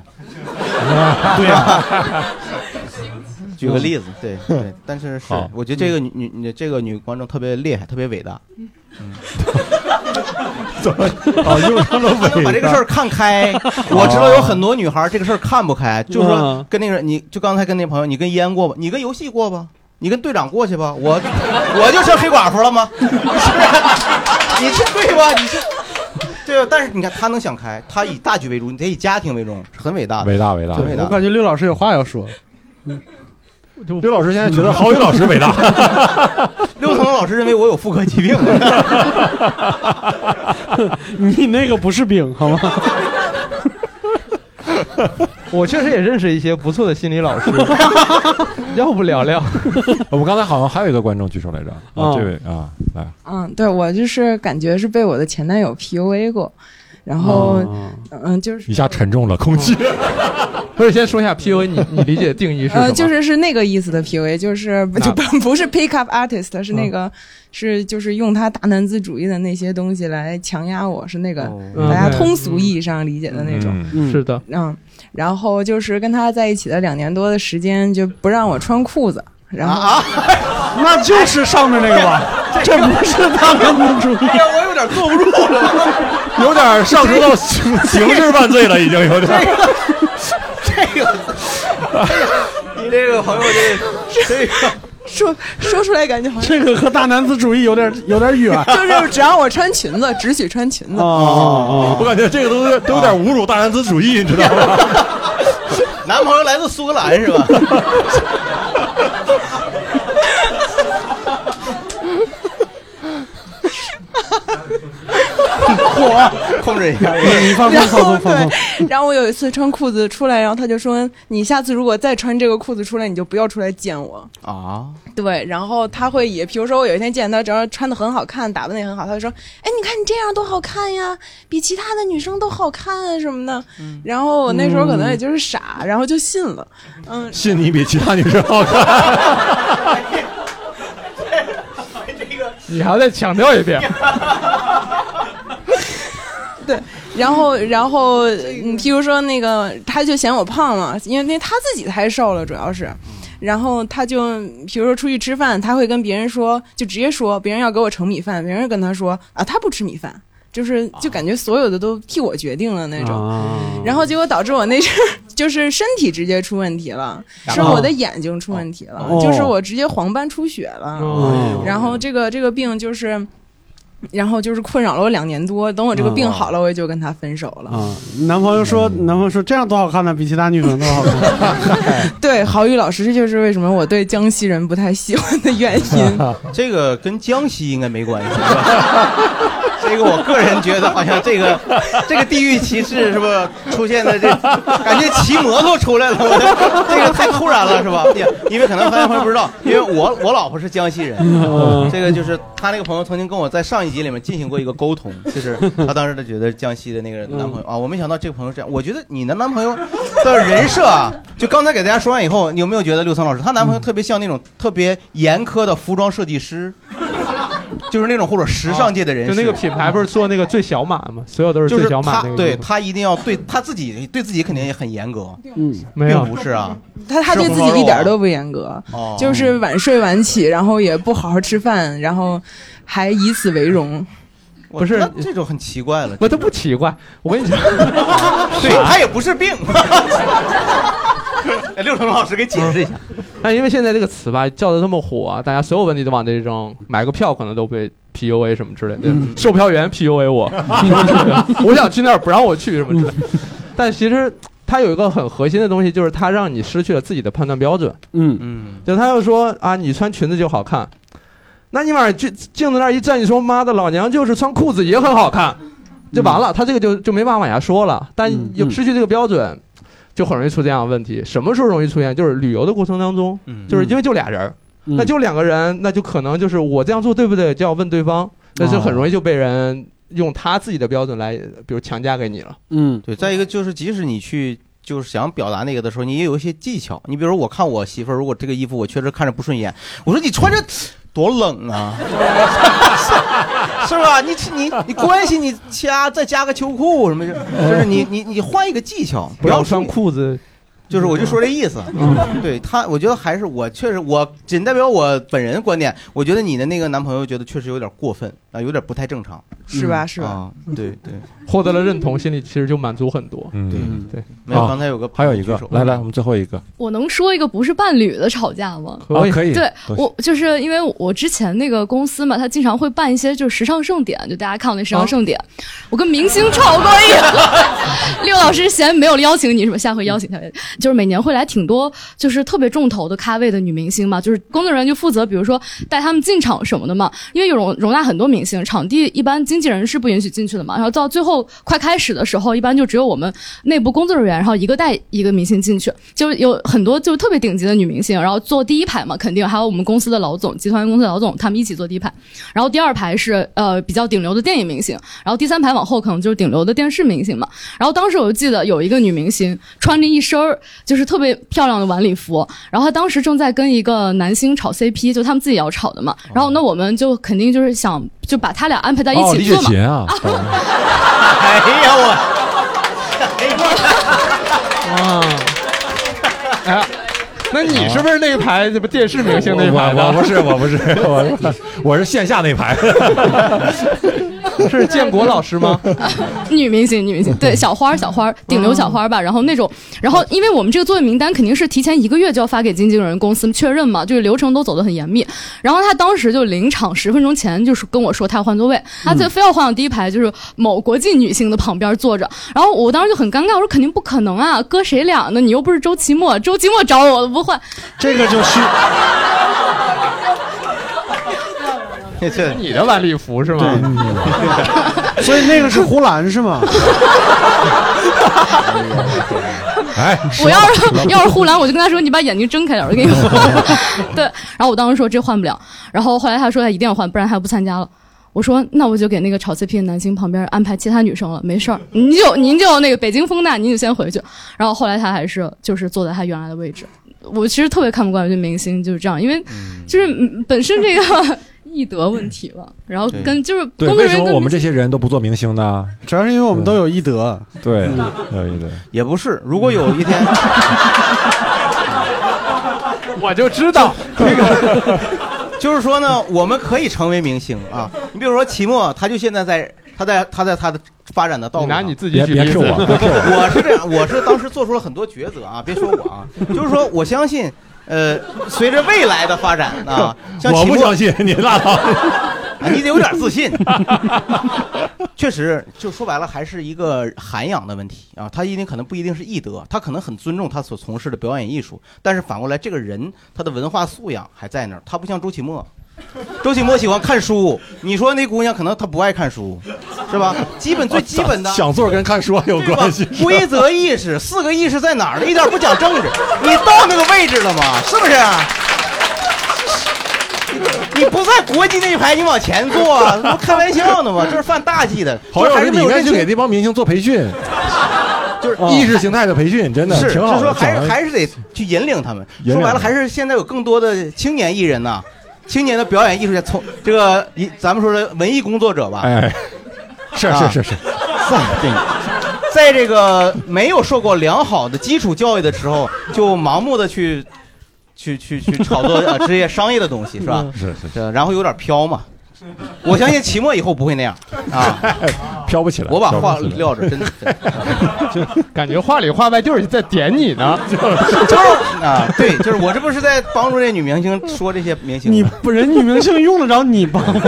E: 对呀，
C: [LAUGHS] 举
D: 嗯
C: 个例子，对
D: [LAUGHS]
C: 对，但是是
B: 好，
C: 我觉得这个女女女这个女观众特别厉害，特别伟大， [LAUGHS]
B: 哦，用上了
C: 她能把这个事儿看开。 [LAUGHS]
B: 哦
C: 哦我知道
B: [LAUGHS]
C: 有很 [LAUGHS] 多女孩儿这个事儿看不开，就是说
E: 嗯
C: 跟那个人，你就刚才跟那朋友，你跟烟过吧，你跟游戏过吧，你跟队长过去吧，我 [LAUGHS] 我就成黑寡妇了吗？ [LAUGHS] 是不是？ [LAUGHS] 你是对吧？你是。对啊，但是你看，她能想开，她以大局为重，你得以家庭为重，是很伟大的，
B: 伟大伟大
C: 很伟
E: 我
C: 大。
E: 感觉六老师有话要说。
B: 刘老师现在觉得郝宇老师伟大，
C: 六层老师认为我有妇科疾病，
E: [LAUGHS] 你那个不是饼好吗？
D: 我确实也认识一些不错的心
B: [LAUGHS]
D: 理老师，要不聊聊？
B: 我们刚才好像还有一个观众举手来着，啊，
E: 哦
B: 这位啊，来，
K: 嗯，对我就是感觉是被我的前男友 PUA 过，然后、
B: 哦
K: 嗯，就是
B: 一下沉重了，空气。
D: [LAUGHS] 不是，先说一下 PUA，你你理解定义是什么？
K: 呃，就是是那个意思的 PUA，就是
D: 哪
K: 就不 [LAUGHS] 不是 pick up artist，是那个、是就是用他大男子主义的那些东西来强压我，是那个、
D: 嗯
K: 大家
D: 对
K: 通俗意义上理解的那种。
B: 嗯
E: 嗯
D: 是的，
K: 嗯，然后就是跟他在一起的两年多的时间，就不让我穿裤子，然后
E: 啊
K: [LAUGHS] 哎
E: 那就是上面那个吧，这不是大男子主义。
C: 我有点坐不住了。
B: 有点上 [LAUGHS] 升到刑刑事犯
C: [LAUGHS]
B: 罪了，已经有点。
C: 这个，你这个朋友这这个。
K: 说说出来感觉好像
E: 这个和大男子主义有点有点远。
K: [LAUGHS] 就是只让我穿裙子，只许穿裙子。
E: 哦
B: 我感觉这个都是都有点侮辱大男子主义，你知道吗？ [LAUGHS]
C: 男朋友来自苏格兰是吧？火， [LAUGHS] 控制一下。
E: 你放松
K: 然
E: 放
K: 后
E: 松放松。
K: 对，然后我有一次穿裤子出来，然后他就说：“你下次如果再穿这个裤子出来，你就不要出来见我。
C: [LAUGHS] 啊，”
K: 对，然后他会以，比如说我有一天见他，只要穿的很好看，打扮的也很好，他会说：“哎，你看你这样多好看呀，比其他的女生都好看啊什么的。然后我那时候可能也就是傻，然后就信了。 [LAUGHS] 嗯，
B: 信你比其他女生好看，
D: 你还要再强调一遍，
K: 然后，然后，嗯，譬如说那个，他就嫌我胖了，因为那他自己太瘦了，主要是。然后他就，比如说出去吃饭，他会跟别人说，就直接说，别人要给我盛米饭，别人跟他说啊，他不吃米饭，就是就感觉所有的都替我决定了那种。
E: 啊
K: 然后结果导致我那阵儿就是身体直接出问题了，是我的眼睛出问题了，
E: 哦
K: 就是我直接黄斑出血了。
C: 哦
K: 然后这个这个病就是，然后就是困扰了我两年多。等我这个病好
C: 哦
K: 了，我也就跟他分手了。
E: 啊，男朋友说，男朋友说这样多好看呢，比其他女生都好看。
K: 对，郝宇老师，这就是为什么我对江西人不太喜欢的原因。
C: 这个跟江西应该没关系。 [LAUGHS] 是吧？这个我个人觉得好像这个这个地域歧视是吧？出现
D: [LAUGHS]
C: 的这感觉骑摩托出来了， [LAUGHS] 我的这个太突然了是吧？也因为可能大家朋友不知道，因为我我老婆是江西人，
D: 嗯
C: 这个就是她那个朋友曾经跟我在上一集里面进行过一个沟通，就是她当时就觉得江西的那个男
D: 嗯
C: 朋友啊，我没想到这个朋友这样。我觉得你的男朋友的人设啊， [LAUGHS] 就刚才给大家说完以后，你有没有觉得六层老师她男朋
D: 嗯
C: 友特别像那种特别严苛的服装设计师？ [LAUGHS] 就是那种或者时尚界的人士，
D: 就那个品牌不是做那个最小码嘛，所有都是
C: 就
D: 最
C: 是
D: 小
C: 他
D: 码那个。
C: 对，他一定要对他自己对自己肯定也很严格，
E: 嗯，
D: 没
C: 并
D: 有
C: 不是
K: 啊
C: 啊，
K: 他他对自己一点都不严格，
C: 哦，
K: 就是晚睡晚起，然后也不好好吃饭，然后还以此为荣。
C: 我
D: 不是
C: 那这种很奇怪了，
D: 我都不奇怪，我跟你讲，
C: [LAUGHS] 对他也不是
D: [LAUGHS]
C: 病。哎六 [LAUGHS] 成老师给解释一下，
D: 那嗯因为现在这个词吧叫的这么火、啊，大家所有问题都往这种买个票可能都被 PUA 什么之类的，售票员 PUA 我，什么之类的我想去那儿不让我去什么之类的。 [LAUGHS] 但其实它有一个很核心的东西，就是它让你失去了自己的判断标准。
E: 嗯，
C: 嗯，
D: 就他又说啊，你穿裙子就好看，那你往镜镜子那儿一站，你说妈的，老娘就是穿裤子也很好看，就完了，他这个就就没办法往下说了，但
E: 嗯
D: 又
E: 嗯
D: 失去这个标准，就很容易出这样的问题。什么时候容易出现？就是旅游的过程当中，
C: 嗯
D: 就是因为就俩人儿，那就两个人，那就可能就是我这样做对不对，就要问对方，那就很容易就被人用他自己的标准来，呃比如强加给你了。
E: 嗯
C: 对。再一个就是，即使你去就是想表达那个的时候，你也有一些技巧。你比如我看我媳妇儿，如果这个衣服我确实看着不顺眼，我说你穿着多冷
D: [LAUGHS]
C: 啊， [LAUGHS] 是吧？你你你关系你加再加个秋裤什么的，就是你你你换一个技巧，
D: 不
C: 要
D: 要穿
C: 出
D: 裤子，
C: 就是我就说这意思。
D: 嗯
C: 对他，我觉得还是我确实，我仅代表我本人观点，我觉得你的那个男朋友觉得确实有点过分啊，有点不太正常，
K: 是吧是吧
C: 啊对对，
D: [LAUGHS] 获得了认同，心里其实就满足很多。
B: 嗯，
D: 对。啊
C: 没有刚才有个
B: 还有一个，来来，我们最后一个，
L: 我能说一个不是伴侣的吵架吗？
B: 可以啊可以
L: 对
B: 可以
L: 我就是因为我之前那个公司嘛，他经常会办一些就是时尚盛典，就大家看我那时
B: 啊
L: 尚盛典，我跟明星吵过一回。六老师嫌没有邀请你，是吧？下回邀请下回，就是每年会来挺多，就是特别重头的咖位的女明星嘛，就是工作人员就负责，比如说带他们进场什么的嘛，因为有容容纳很多明星，场地一般经纪人是不允许进去的嘛，然后到最后快开始的时候，一般就只有我们内部工作人员，然后一个带一个明星进去，就是有很多就是特别顶级的女明星，然后坐哦第一排嘛，肯定还有我们公司的老总、集团公司的老总，他们一起坐第一排，然后第二排是呃比较顶流的电影明星，然后第三排往后可能就是顶流的电视明星嘛。然后当时我就记得有一个女明星穿着一身儿就是特别漂亮的晚礼服，然后她当时正在跟一个男星炒 CP，就他们自己要炒的嘛。然后那我们就肯定就是想就把他俩安排在一
B: 哦，李
L: 起
B: 雪
L: 做嘛。
B: 琴啊，
L: [LAUGHS]
C: 哎呀我。
D: 啊，哎呀，那你是不是那一排这不电视明星那一排的？
B: 我我不是，我不是，我我是 [LAUGHS] 线下那排。 [LAUGHS]
D: 是建国老师吗？
L: [LAUGHS] 女明星，女明星，对，小花儿，小花儿，顶流小花儿吧。然后那种，然后因为我们这个作业名单肯定是提前一个月就要发给经纪人公司确认嘛，就是流程都走得很严密。然后他当时就临场十分钟前就是跟我说他要换座位，他就非要换到第一排，就是某国际女星的旁边坐着。然后我当时就很尴尬，我说肯定不可能啊，搁谁俩呢？你又不是周奇墨，周奇墨找我，我都不换。 [LAUGHS]
E: 这个就是
C: 这
D: 你的晚礼服是吗？
L: [LAUGHS]
E: 所以那个是胡兰是吗？
B: 哎，
L: 我要是要是护栏，我就跟他说：“你把眼睛睁开点，我就给你换。” [LAUGHS] 对，然后我当时说这换不了，然后后来他说他一定要换，不然他不参加了。我说那我就给那个炒 CP 的男星旁边安排其他女生了，没事儿，您就您就那个北京风大，您就先回去。然后后来他还是就是坐在他原来的位置。我其实特别看不惯这明星就是这样，因为就是嗯本身这个 [LAUGHS] 艺德问题吧，然后跟就是
B: 对，
L: 工
B: 为
L: 作人
B: 什
L: 员
B: 么
L: 跟
B: 我们这些人都不做明星呢？
E: 主要是因为我们都有艺德。
B: 对，有艺德。
C: 嗯也不是，如果有一天，
D: [LAUGHS] 我就知道
C: 这个，就是说呢，我们可以成为明星啊。你比如说齐墨，他就现在在，他在他在他的发展的道路上，
D: 你拿你自己举别别例子
C: 我
D: 说我别说我
C: 是这样，我是当时做出了很多抉择啊，别说我啊， [LAUGHS] 就是说我相信，呃，随着未来的发展
B: [LAUGHS]
C: 啊，像
B: 我
C: 齐
B: 不
C: 墨
B: 相信，你拉倒。
C: [LAUGHS] 啊你得有点自信。 [LAUGHS] 确实，就说白了，还是一个涵养的问题啊。他一定可能不一定是艺德，他可能很尊重他所从事的表演艺术，但是反过来，这个人他的文化素养还在那儿。他不像周启墨，周启墨喜欢看书。你说那姑娘可能她不爱看书，
B: [LAUGHS]
C: 是吧？基本最基本的
B: 哦想做跟看书有
C: 对吧
B: 关系。 [LAUGHS]
C: 规则意识，四个意识在哪儿呢？一点不讲政治。你到那个位置了
B: 嗯
C: 吗？是不是？你不在国际那一排，你往前坐，啊那不开玩笑呢吗？这是犯大忌的。
B: 好
C: 就是还
B: 友，
C: 是
B: 你
C: 没
B: 应
C: 有
B: 该
C: 认
B: 去
C: 清
B: 给那帮明星做培训，
C: 就是哦
B: 意识形态的培训，真的
C: 是，
B: 挺
C: 就
B: 好
C: 是
B: 的。
C: 说还
B: 讲
C: 是还是得去引领他们。
B: 引领
C: 说白
B: 他
C: 了，还是现在有更多的青年艺人呐、青年的表演艺术家，从这个一咱们说的文艺工作者吧，
B: 哎，是
C: 啊
B: 是是是，
C: 算了这个
E: 啊
C: [LAUGHS] 在这个没有受过良好的基础教育的时候，就盲目的去去去去炒作呃职业商业的东西，是吧？
B: 嗯是是
C: 呃然后有点飘嘛。我相信期末以后不会那样啊，
B: [LAUGHS] 飘不起来。
C: 我把
B: 飘不
C: 话
B: 起来
C: 撂着，
B: [LAUGHS]
C: 真的。
D: 感觉话里话外就是在点你
B: [LAUGHS]
D: 呢，
C: 就是啊，对，就是我这不是在帮助这女明星说这些明星吗，
E: 你不人女明星用得着你帮吗？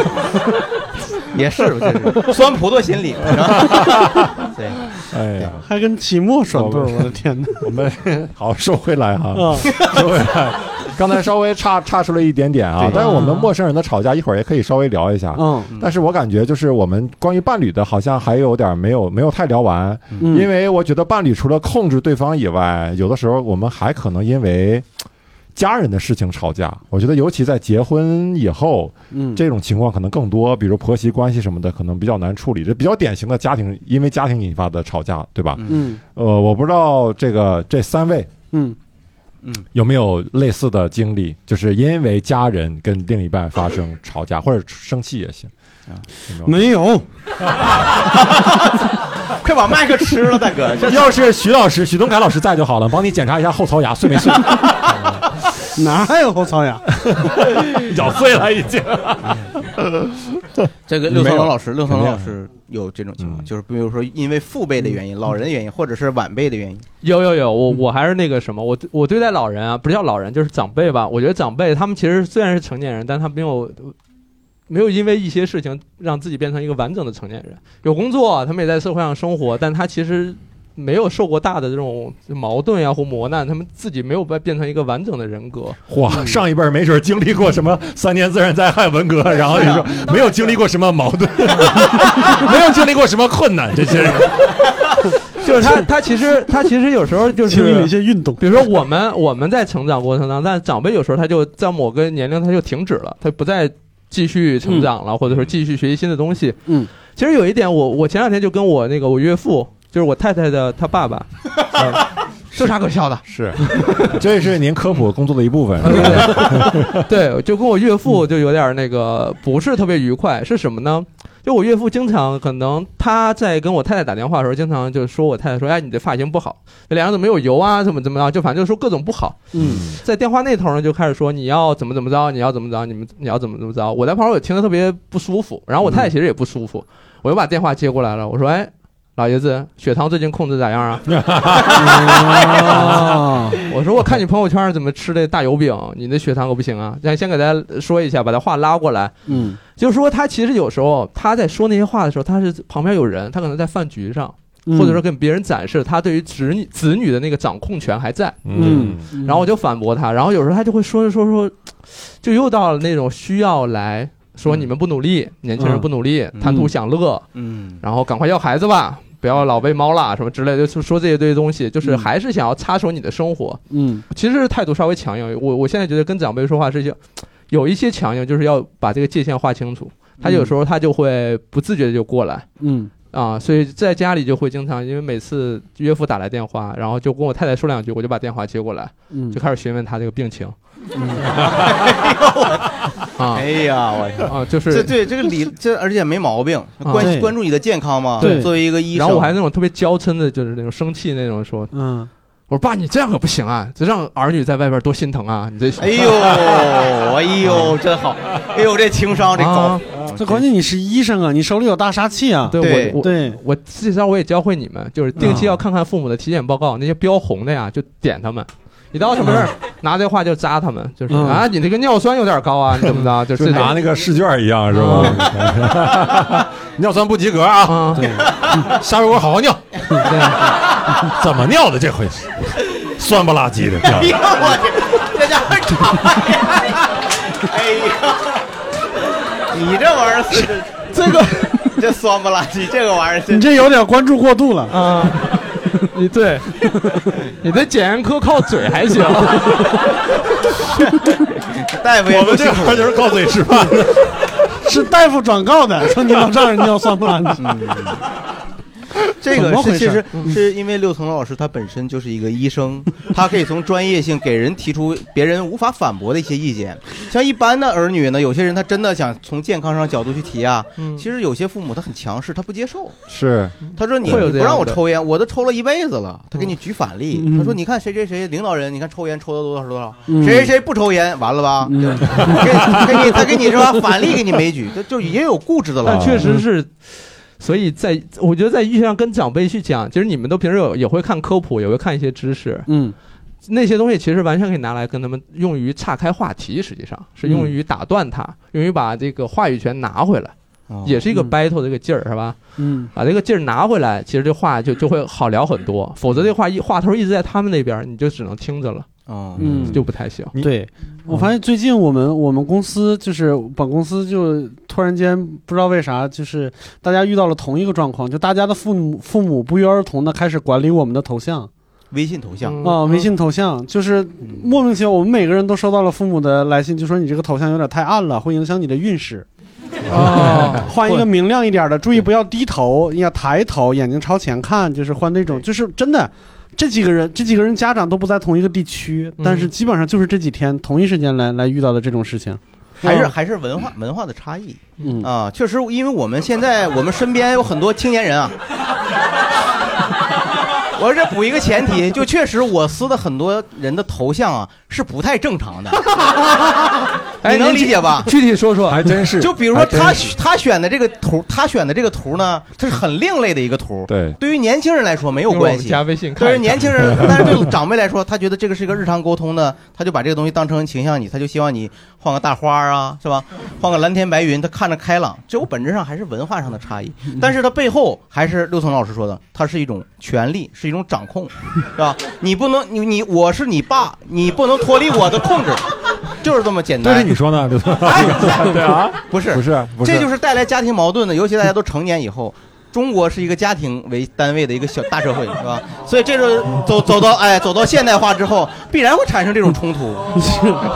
C: 也是，这是酸葡萄心理，是吧对，
B: [LAUGHS] 哎呀，
E: 还跟齐墨爽对，我的天哪！
B: 我们好说回来哈
E: 嗯，
B: [LAUGHS] 说回来， [LAUGHS] 刚才稍微岔岔出了一点点啊
E: 对，
B: 但是我们陌生人的吵架一会儿也可以稍微聊一下。
E: 嗯，
B: 但是我感觉就是我们关于伴侣的，好像还有点没有没有太聊完，
E: 嗯
B: 因为我觉得伴侣除了控制对方以外，有的时候我们还可能因为。家人的事情吵架，我觉得尤其在结婚以后，
E: 嗯
B: 这种情况可能更多，比如婆媳关系什么的，可能比较难处理。这比较典型的家庭，因为家庭引发的吵架，对吧？
E: 嗯
B: 呃，我不知道这个这三位
E: 嗯
B: 有没有类似的经历，就是因为家人跟另一半发生吵架，或者生气也行。
E: 没有，
C: [LAUGHS] 快把麦克吃了，大哥。这
B: [LAUGHS] 要是徐老师、徐东凯老师在就好了，帮你检查一下后槽牙碎
C: [LAUGHS]
B: 没碎。
E: 哪有后槽牙？
B: [LAUGHS] 咬碎了已经。
C: 这个
B: 没有
C: 六层楼老师，六层楼老
B: 肯定
D: 啊
C: 师有这种情
D: 嗯
C: 况，就是比如说因为父辈的原因、老人原因，或者是晚辈的原因，
D: 有有有，我我还是那个什么，我对我对待老人啊，不是叫老人，就是长辈吧。我觉得长辈他们其实虽然是成年人，但他没有没有因为一些事情让自己变成一个完整的成年人。有工作，他们也在社会上生活，但他其实没有受过大的这种矛盾呀、或磨难，他们自己没有变变成一个完整的人格。
B: 哇，上一辈儿没准经历过什么三年自然灾害、文革，然
C: [LAUGHS]
B: 后你说没有经历过什么矛盾，没有经历过什么困难，这些
C: [LAUGHS]
B: 人。
D: [LAUGHS] 就是他，他其实他其实有时候就是
E: 经历了一些运动，
D: 比如说我们我们在成长过程当中，但长辈有时候他就在某个年龄他就停止了，他不再继续成长了，或者说继续学习新的东西。
E: 嗯，
D: 其实有一点我，我前两天就跟我那个我岳父，就是我太太的
E: [LAUGHS]
D: 他爸爸，嗯这有啥可笑的？
B: 是，这是您科普工作的一 [LAUGHS] 部分。
D: [LAUGHS] 对，就跟我岳父就有点那个不是特别愉快，是什么呢？就我岳父经常可能他在跟我太太打电话的时候，经常就说我太太说：“哎，你的发型不好，你脸上怎么有油啊？怎么怎么着？”就反正就说各种不好。
E: 嗯，
D: 在电话那头呢，就开始说你要怎么怎么着，你要怎么着，你们你要怎么怎么着。我在旁边我听得特别不舒服，然后我太太其实也不舒服，我就把电话接过来了，我说：“哎，老爷子，血糖最近控制咋样啊？”我说我看你朋友圈怎么吃的大油饼，你的血糖可不行啊！先先给大家说一下，把他话拉过来，
F: [LAUGHS]
E: 嗯，
D: 就是说他其实有时候他在说那些话的时候，他是旁边有人，他可能在饭局上，
E: 嗯
D: 或者说跟别人展示他对于子女子女的那个掌控权还在，
E: 嗯嗯
D: 然后我就反驳他，然后有时候他就会说着说着说，就又到了那种需要来说你们不努
E: 嗯
D: 力，年轻人不努力，贪图享乐，
C: 嗯，
D: 然后赶快要孩子吧，不要老被猫啦什么之类的，就说这一堆东西，就是还是想要插手你的生活。 [LAUGHS]
E: 嗯，
D: 其实态度稍微强硬。我我现在觉得跟长辈说话是有有一些强硬，就是要把这个界限划清楚。他有时候他就会不自觉的就过来。
E: 嗯
D: 啊，所以在家里就会经常，因为每次岳父打来电话，然后就跟我太太说两句，我就把电话接过来，
E: 嗯
D: 就开始询问他这个病情。 [LAUGHS] 啊
C: 哎呀，我
D: 啊，就是
C: 这对这个理，这而且没毛病，
D: 啊
C: 关
D: 对
C: 关注你的健康嘛。作为一个医生，
D: 然后我还那种特别娇嗔的，就是那种生气那种说，
E: 嗯，
D: 我说爸，你这样可不行啊，这让儿女在外边多心疼啊，你这，
C: 哎呦，
D: [LAUGHS]
C: 哎呦，真好，哎呦，这情商这高
D: 啊，
E: 这关键你是医生啊，你手里有大杀器啊。
D: 对我我
E: 对，
D: 我至少我也教会你们，就是定期要看看父母的体检报
E: 嗯
D: 告，那些标红的呀，就点他们。你到什么事儿拿这话就扎他们，就是
B: 嗯
D: 啊，你这个尿酸有点高啊，你怎么着？就
B: 就是拿那个试卷一样是吧？尿酸 [LAUGHS] 不及格啊！
D: 对，
B: 下回我好好尿。怎么尿的这回？酸不拉几的
C: 哎呀，
B: [LAUGHS]
C: 我 [LAUGHS] 这这家伙长哎呀，你这玩意儿是
E: 这个
C: 这酸不拉几，这个玩意儿
E: 你
C: 是
E: 这有点关注过度了 [LAUGHS]
D: 啊。你对，你的检验科靠嘴还行。
C: [LAUGHS] 大夫也
B: 我
C: 不
B: 们这
C: 辛
B: 行
C: 苦。
B: 就是靠嘴吃饭的。
E: [LAUGHS] 是大夫转告的，说你老丈人尿酸不拉几。
B: 嗯
C: 这
E: 怎
C: 个
E: 么回
C: 是其
E: 事嗯
C: 实是因为六层楼老师他本身就是一个医生，他可以从专业性给人提出别人无法反驳的一些意见。像一般的儿女呢，有些人他真的想从健康上角度去提啊，其实有些父母他很强势，他不接受。
B: 是，
C: 他说你
B: 会有
C: 你
B: 这
C: 不让
B: 样
C: 我
B: 的
C: 抽烟，我都抽了一辈子了。他给你举反例，
B: 嗯
C: 他说你看谁谁谁领导人，你看抽烟抽了多少多少，
E: 嗯
C: 谁谁谁不抽烟，完了吧？对吧给给你他给你是吧？反例给你枚举，就就也有固执的了。
D: 但确实是，所以在我觉得在医学上跟长辈去讲，其实你们都平时有也会看科普，也会看一些知识，
E: 嗯，
D: 那些东西其实完全可以拿来跟他们用于岔开话题，实际上是用于打断他，用于把这个话语权拿回来，
H: 哦
D: 也是一个
H: 嗯
D: battle 这个劲儿，是吧？
E: 嗯
D: 把这个劲儿拿回来，其实这话就就会好聊很多，否则这话一话头一直在他们那边，你就只能听着了，
C: 哦
E: 嗯
D: 就不太行。
E: 对，我发现最近我们我们公司就是本公司就突然间不知道为啥，就是大家遇到了同一个状况，就大家的父母父母不约而同的开始管理我们的头像。
C: 微信头像嗯
E: 啊、微信头像就是莫名其妙，我们每个人都收到了父母的来信，就说你这个头像有点太暗了，会影响你的运势。
D: 哦
E: 换一个明亮一点的，注意不要低头，要抬头，眼睛朝前看，就是换那种，就是真的。这几个人，这几个人家长都不在同一个地区，但是基本上就是这几天同一时间来来遇到的这种事情。
C: 还是还是文化文化的差异。嗯啊，确实，因为我们现在我们身边有很多青年人啊。 [LAUGHS] 我这补一个前提，就确实我撕的很多人的头像啊是不太正常的，你能理解吧？
B: 哎具体说说，还真是。
C: 就比如说他
B: 还真是
C: 他选的这个图，他选的这个图呢，它是很另类的一个图。
B: 对，
C: 对于年轻人来说没有关系，
D: 加微信看一看
C: 但是年轻
D: [LAUGHS]
C: 人，但是对长辈来说，他觉得这个是一个日常沟通的，他就把这个东西当成形象你，他就希望你换个大花啊，
D: [LAUGHS]
C: 是吧？换个蓝天白云，他看着开朗。这我本质上还是文化上的差
D: [LAUGHS]
C: 异，但是它背后还是六层老师说的，它是一种权利，是一种掌控，是吧？你不能，你你我是你爸，你不能脱离我的控制，就是这么简单。
B: 但是你说呢，刘总？ [LAUGHS] 对啊，
C: [LAUGHS] 不是
B: 不是不是，
C: 这就是带来家庭矛盾的，尤其大家都成年以后。中国是一个家庭为单位的一个小大社会，是吧？所以这个走走到哎走到现代化之后，必然会产生这种冲突。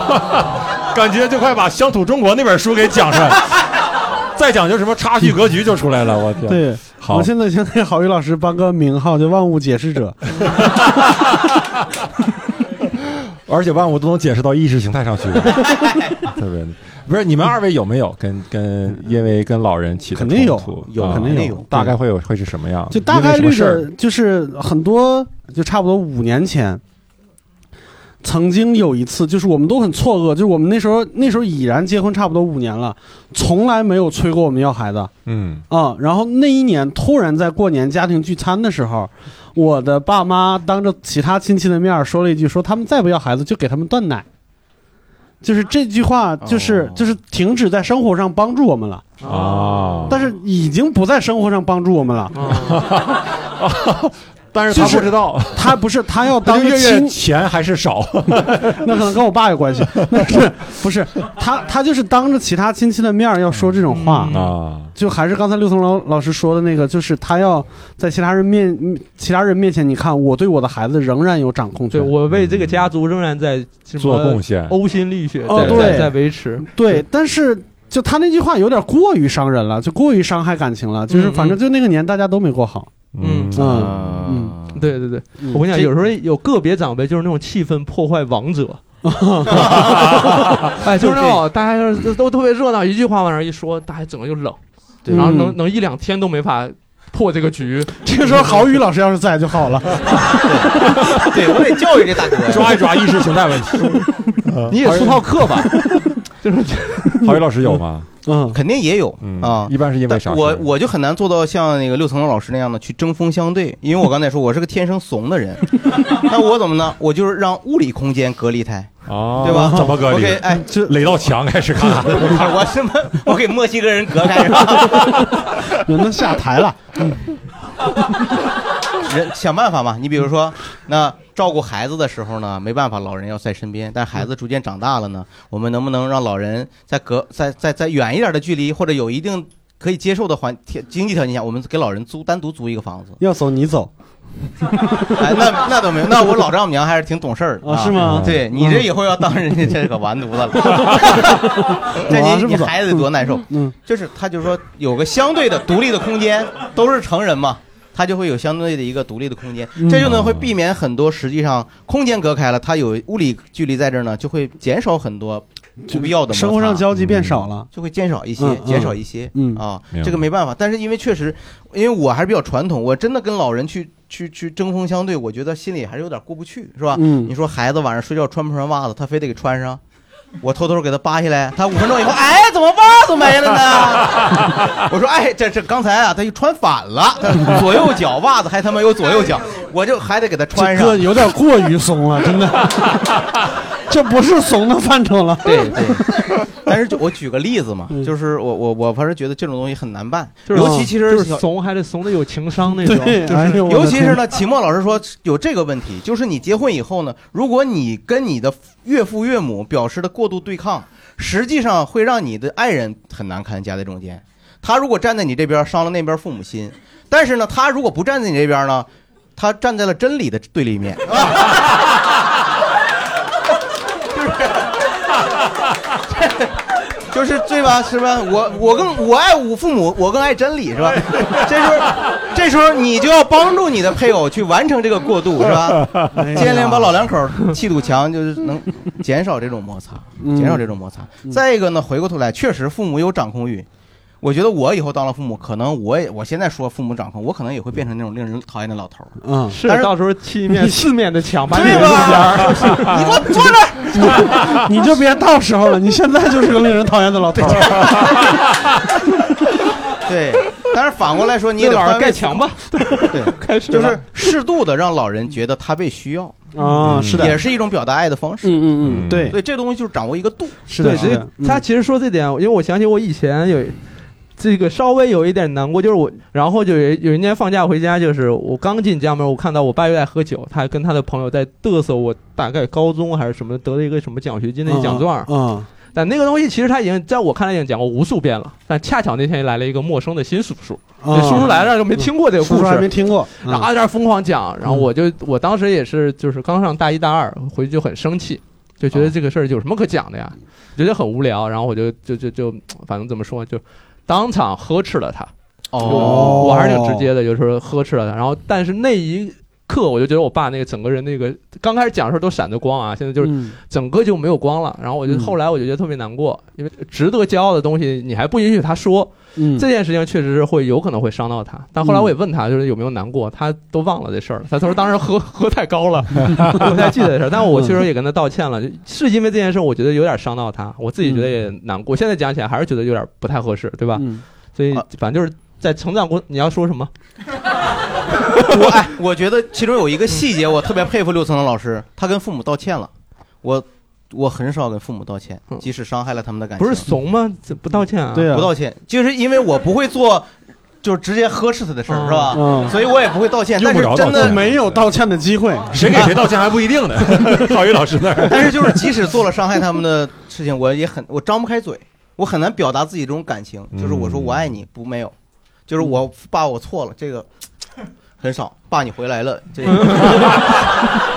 B: [LAUGHS] 感觉就快把《乡土中国》那本书给讲出来，再讲就什么差距格局就出来了，我天！
E: 对，
B: 好
E: 我现在想给郝宇老师颁个名号，叫万物解释者。
B: 而且万物都能解释到意识形态上去，特别的。不是你们二位有没有跟跟因为跟老人起的
E: 肯定有
B: 冲突
E: 有
B: 啊
E: 肯定有
B: 大概会有会是什么样？
E: 就大概
B: 因为
E: 率
B: 什么事
E: 的，就是很多，就差不多五年前，曾经有一次，就是我们都很错愕，就是我们那时候那时候已然结婚差不多五年了，从来没有催过我们要孩子。
B: 嗯
E: 啊、然后那一年突然在过年家庭聚餐的时候，我的爸妈当着其他亲戚的面儿说了一句，说他们再不要孩子就给他们断奶，就是这句话，
B: 哦
E: 就是、就是停止在生活上帮助我们了，
B: 啊，
E: 但是已经不在生活上帮助我们了。
B: 啊
E: [LAUGHS]
B: 但是他不知道，
E: 他不是他要
B: [LAUGHS] 他
E: 当
B: 就
E: 个
B: 月
E: 亲
B: 月钱还是少，
E: [LAUGHS] 那可能跟我爸有关系。 [LAUGHS] 那是不是他？他就是当着其他亲戚的面儿要说这种话
B: [LAUGHS] 啊。
E: 就还是刚才六松老老师说的那个，就是他要在其他人面、其他人面前，你看我对我的孩子仍然有掌控权。
D: 对我为这个家族仍然在什
E: 嗯
D: 么
E: 做贡献
D: 呕心沥血，
E: 哦
D: 在
E: 对
D: 在在
C: [LAUGHS]
D: 维持。
E: [LAUGHS] 对，但是就他那句话有点过于伤人了，就过于伤害感情了。
D: 嗯
E: 就是反正就那个年大家都没过好。
B: 嗯
E: 嗯嗯，
D: 对对对，
E: 嗯
D: 我跟你讲，
E: 这
D: 有时候有个别长辈就是那
E: [LAUGHS]
D: 种气氛破坏王
A: [LAUGHS]
D: 者， [LAUGHS] 哎，就是那种大家就是都特别热闹，一句话往那儿一说，大家整个就冷，
E: 对
D: 然后
E: 嗯
D: 能能一两天都没法破这
C: [LAUGHS]
D: 个局。
E: 这个时候
D: [LAUGHS]
E: 郝宇老师要是在就好了。
C: 对我得教育这大哥，
B: 抓一抓意识形态问
E: [LAUGHS]
B: 题。
D: 你也出套课
B: [LAUGHS]
D: 吧？
B: 郝宇老师有吗？
E: 嗯，
C: 肯定也有啊。
B: 一般是因为啥事儿？
C: [LAUGHS] 我我就很难做到像那个六层楼老师那样的去针锋相对，因为我刚才说我是个天生怂
B: [LAUGHS]
C: 的人，那我怎么呢？我就是让物理空间隔离开，
B: 哦，
C: 对吧
B: [LAUGHS] 怎么隔离？
C: OK，哎，
B: 垒到墙开 [LAUGHS] 始看。
C: [LAUGHS] 我什么？我给 [LAUGHS] 墨西哥人隔
E: [LAUGHS]
C: 开是吧？
E: 人都下台了，
C: 人 [LAUGHS] 想办法嘛。你比如说，那照顾孩子的时候呢，没办法，老人要在身边，但孩子逐渐长大了呢，我们能不能让老人在隔在在在远一点的距离，或者有一定可以接受的环条经济条件下，我们给老人租单独租一个房子？
E: 要走你走。
C: 哎，那那倒没有，那我老丈母娘还是挺懂事儿的嗯
E: 啊是吗
C: 对你这以后要当人家这个完犊
E: [LAUGHS]
C: 子了，这
E: 我还
C: 你
E: 是
C: 你
E: 不走
C: 孩子得多难受。
E: 嗯，
C: 就是他就说有个相对的独立的空间，都是成人嘛。他就会有相对的一个独立的空间，
E: 嗯
C: 这就呢会避免很多实际上空间隔开了，它有物理距离在这儿呢，就会减少很多不必要的摩擦
E: 生活上交际变少了。
C: 就会减少一些，
E: 嗯嗯
C: 减少一些，
E: 嗯
C: 啊
E: 明，白
C: 这个没办法。但是因为确实，因为我还是比较传统，我真的跟老人去去去针锋相对，我觉得心里还是有点过不去，是吧？
E: 嗯
C: 你说孩子晚上睡觉穿不穿袜子，他非得给穿上，我偷偷给他扒下来，他五分钟以后，哎，怎么袜子没了呢？我说，哎，这这刚才啊，他就穿反了，他左右脚袜子还他妈有左右脚，我就还得给他穿
E: [LAUGHS] 这
C: 上
E: 哥。有点过于怂了，真的， [LAUGHS] 这不是怂的范畴了。
C: 对对，但是就我举个例子嘛，
E: 嗯
C: 就是我我我反正觉得这种东西很难办，
D: [LAUGHS] 就是
C: 尤其其实
D: 就是
C: 小
D: 怂还得怂的有情商那种，
E: 对
D: 就
E: 哎
D: 是
E: 呦
C: 尤其是呢，秦墨老师说有这个问题，就是你结婚以后呢，如果你跟你的岳父岳母表示的过度对抗，实际上会让你的爱人很难堪，夹在中间。他如果站在你这边，伤了那边父母心；但是呢，他如果不站在你这边呢，他站在了真理的对立面。就是对吧？是吧？我我更我爱我父母，我更爱真理，是吧？这时候这时候你就要帮助你的配偶去完成这个过渡，是吧？尽量把老两口气度强，就是能减少这种摩擦，减少这种摩擦。再一个呢，回过头来，确实父母有掌控欲。我觉得我以后当了父母，可能我也我现在说父母掌控，我可能也会变成那种令人讨厌的老头儿。
E: 嗯，
D: 是
C: 但是
D: 到时候七面四面的墙把你
C: 对
D: 中
C: 吧
D: 间，
C: [LAUGHS] 你给我坐那儿。
E: [LAUGHS] 你就别到时候了，你现在就是个令人讨厌的老头儿。
C: 对，但是反过来说，你也得
D: 那老人
C: 换位
D: 盖
C: 思
D: 墙
C: 考
D: 吧。
C: 对，
D: [LAUGHS] 开始
C: 就
D: 了
C: 是适度的让老人觉得他被需要
D: 啊是的
C: 也是一种表达爱的方式。
E: 嗯
D: 嗯对
C: 对，这东西就是掌握一个度。
D: 对所以他嗯其实说这点，因为我想起我以前有这个稍微有一点难过，就是我，然后就有有一年放假回家，就是我刚进家门，我看到我爸又在喝酒，他还跟他的朋友在嘚瑟我大概高中还是什么得了一个什么奖学金的奖状儿，
E: 嗯，
D: 但那个东西其实他已经在我看来已经讲过无数遍了，但恰巧那天来了一个陌生的新叔叔，
E: 啊
D: 那叔叔来了就没听过这个
E: 叔
D: 故
E: 叔
D: 事，
E: 还没听过嗯
D: 然后在那儿疯狂讲，然后我就我当时也是就是刚上大一大二，回去就很生气，就觉得这个事儿有什么可讲的呀，觉得很无聊，然后我就就就就反正怎么说就当场呵斥了他，
E: 哦
D: 我还是挺直接的，就是呵斥了他，然后但是那一。刻我就觉得我爸那个整个人那个刚开始讲的时候都闪着光啊，现在就是
E: 嗯
D: 整个就没有光了。然后我就
E: 嗯
D: 后来我就觉得特别难过，因为值得骄傲的东西你还不允许他说，
E: 嗯
D: 这件事情确实是会有可能会伤到他。但后来我也问他，就是有没有难过，他都忘了这事儿了。他说当时喝 [LAUGHS] 喝太高了，我不太记得这事儿。但我确实也跟他道歉了，是因为这件事我觉得有点伤到他，我自己觉得也难过。现在讲起来还是觉得有点不太合适，对吧？所以反正就是在成长过，你要说什么？
C: 我哎，我觉得其中有一个细节，我特别佩服六层楼老师，他跟父母道歉了。我我很少跟父母道歉，即使伤害了他们的感情。
D: 嗯不是怂吗？这不道歉啊？
C: 不道歉，就是因为我不会做，就是直接呵斥他的事
D: 啊
C: 儿，是吧？
E: 嗯
C: 所以我也不会道歉。但是真的
E: 没有道歉的机会，
B: [LAUGHS]
C: 谁给谁道歉
B: 还不一定
C: [LAUGHS]
B: 呢。郝宇老师那儿，
C: 但是就是即使做了伤害他们的事情，我也很我张不开嘴，我很难表达自己这种感情。
B: 嗯
C: 就是我说我爱你，不没有，就是我爸我错了，这个很少。爸你回来了，这
B: [LAUGHS]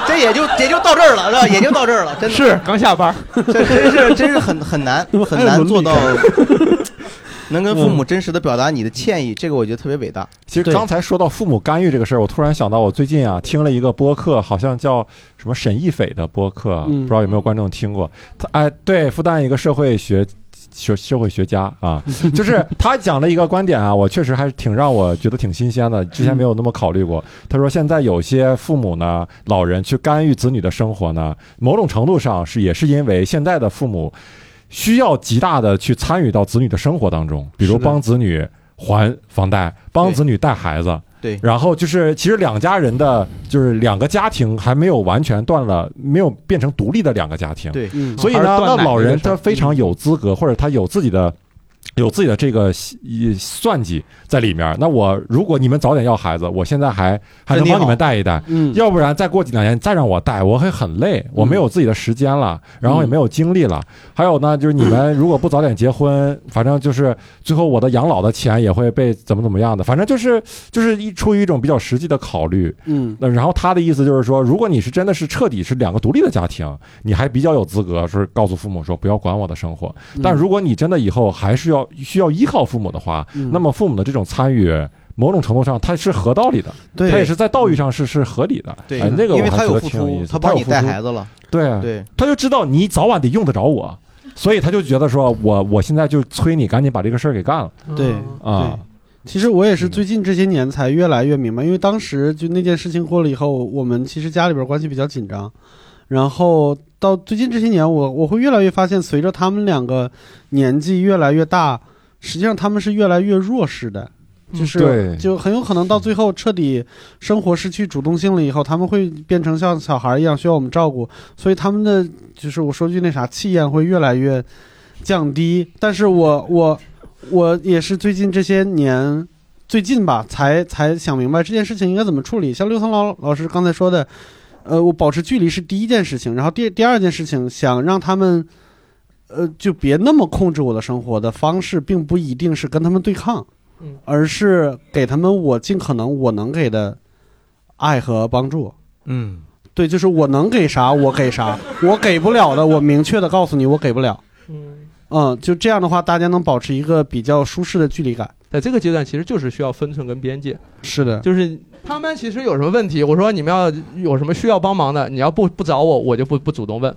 C: 这也就也就到这儿了，是吧？也就到这儿了，真的
D: 是刚下班，
C: 这真是真是很很
B: [LAUGHS]
C: 难很难做到。 [LAUGHS] 能跟父母真实的表达你的歉意，这个我觉得特别伟大。
B: 其实刚才说到父母干预这个事儿，我突然想到，我最近啊听了一个播客，好像叫什么沈亦斐的播客，
E: 嗯
B: 不知道有没有观众听过？他哎，对，复旦一个社会学学社会学家
A: [LAUGHS]
B: 啊，就是他讲了一个观点啊，我确实还是挺让我觉得挺新鲜的，之前没有那么考虑过。他说现在有些父母呢，老人去干预子女的生活呢，某种程度上是也是因为现在的父母需要极大的去参与到子女的生活当中，比如
A: 是的
B: 帮子女还房贷，帮子女带孩子。
C: 对
B: 然后就是，其实两家人的，就是两个家庭还没有完全断了，没有变成独立的两个家庭。
C: 对
E: 嗯
B: 所以呢，
E: 还是
B: 那
E: 断奶
B: 老
E: 这个嗯
B: 人
E: 事儿
B: 他非常有资格，或者他有自己的。有自己的这个一算计在里面，那我如果你们早点要孩子，我现在还还能
A: 身体
B: 帮你
A: 好
B: 们带一带，
E: 嗯，
B: 要不然再过几两年再让我带，我会很累，我没有自己的时间了，然后也没有精力了。还有呢，就是你们如果不早点结
E: 嗯
B: 婚，反正就是最后我的养老的钱也会被怎么怎么样的，反正就是就是一出于一种比较实际的考虑，
E: 嗯，
B: 那然后他的意思就是说，如果你是真的是彻底是两个独立的家庭，你还比较有资格是告诉父母说不要管我的生活。
E: 嗯
B: 但如果你真的以后还是要需要依靠父母的话，
E: 嗯
B: 那么父母的这种参与。某种程度上，它是合道理的，
E: 对
B: 它也是在道义上是是合理的。
C: 嗯对
B: 哎那个
C: 因为
B: 我还
C: 他
B: 觉
C: 有
B: 得
C: 付
B: 挺有
C: 出
B: 意思他
C: 他帮
B: 有
C: 你
B: 付
C: 带
B: 出
C: 孩子了，
B: 对啊
C: 对，
B: 他就知道你早晚得用得着我，所以他就觉得说我我现在就催你赶紧把这个事儿给干了。
E: 对
B: 啊，
E: 其实我也是最近这些年才越来越明白，因为当时就那件事情过了以后，我们其实家里边关系比较紧张，然后到最近这些年，我我会越来越发现，随着他们两个年纪越来越大，实际上他们是越来越弱势的。就是
B: 对
E: 就很有可能到最后彻底生活失去主动性了以后，他们会变成像小孩一样需要我们照顾，所以他们的就是我说句那啥气焰会越来越降低。但是我我我也是最近这些年。最近吧，才才想明白这件事情应该怎么处理。像六层老老师刚才说的，呃，我保持距离是第一件事情，然后第第二件事情，想让他们，呃，就别那么控制我的生活的方式，并不一定是跟他们对抗，而是给他们我尽可能我能给的爱和帮助。
C: 嗯，
E: 对，就是我能给啥我给啥，我给不了的我明确的告诉你我给不了。嗯，嗯，就这样的话，大家能保持一个比较舒适的距离感。
D: 在这个阶段，其实就是需要分寸跟边界。
E: 是的，
D: 就是他们其实有什么问题，我说你们要有什么需要帮忙的，你要不不找我，我就不不主动问；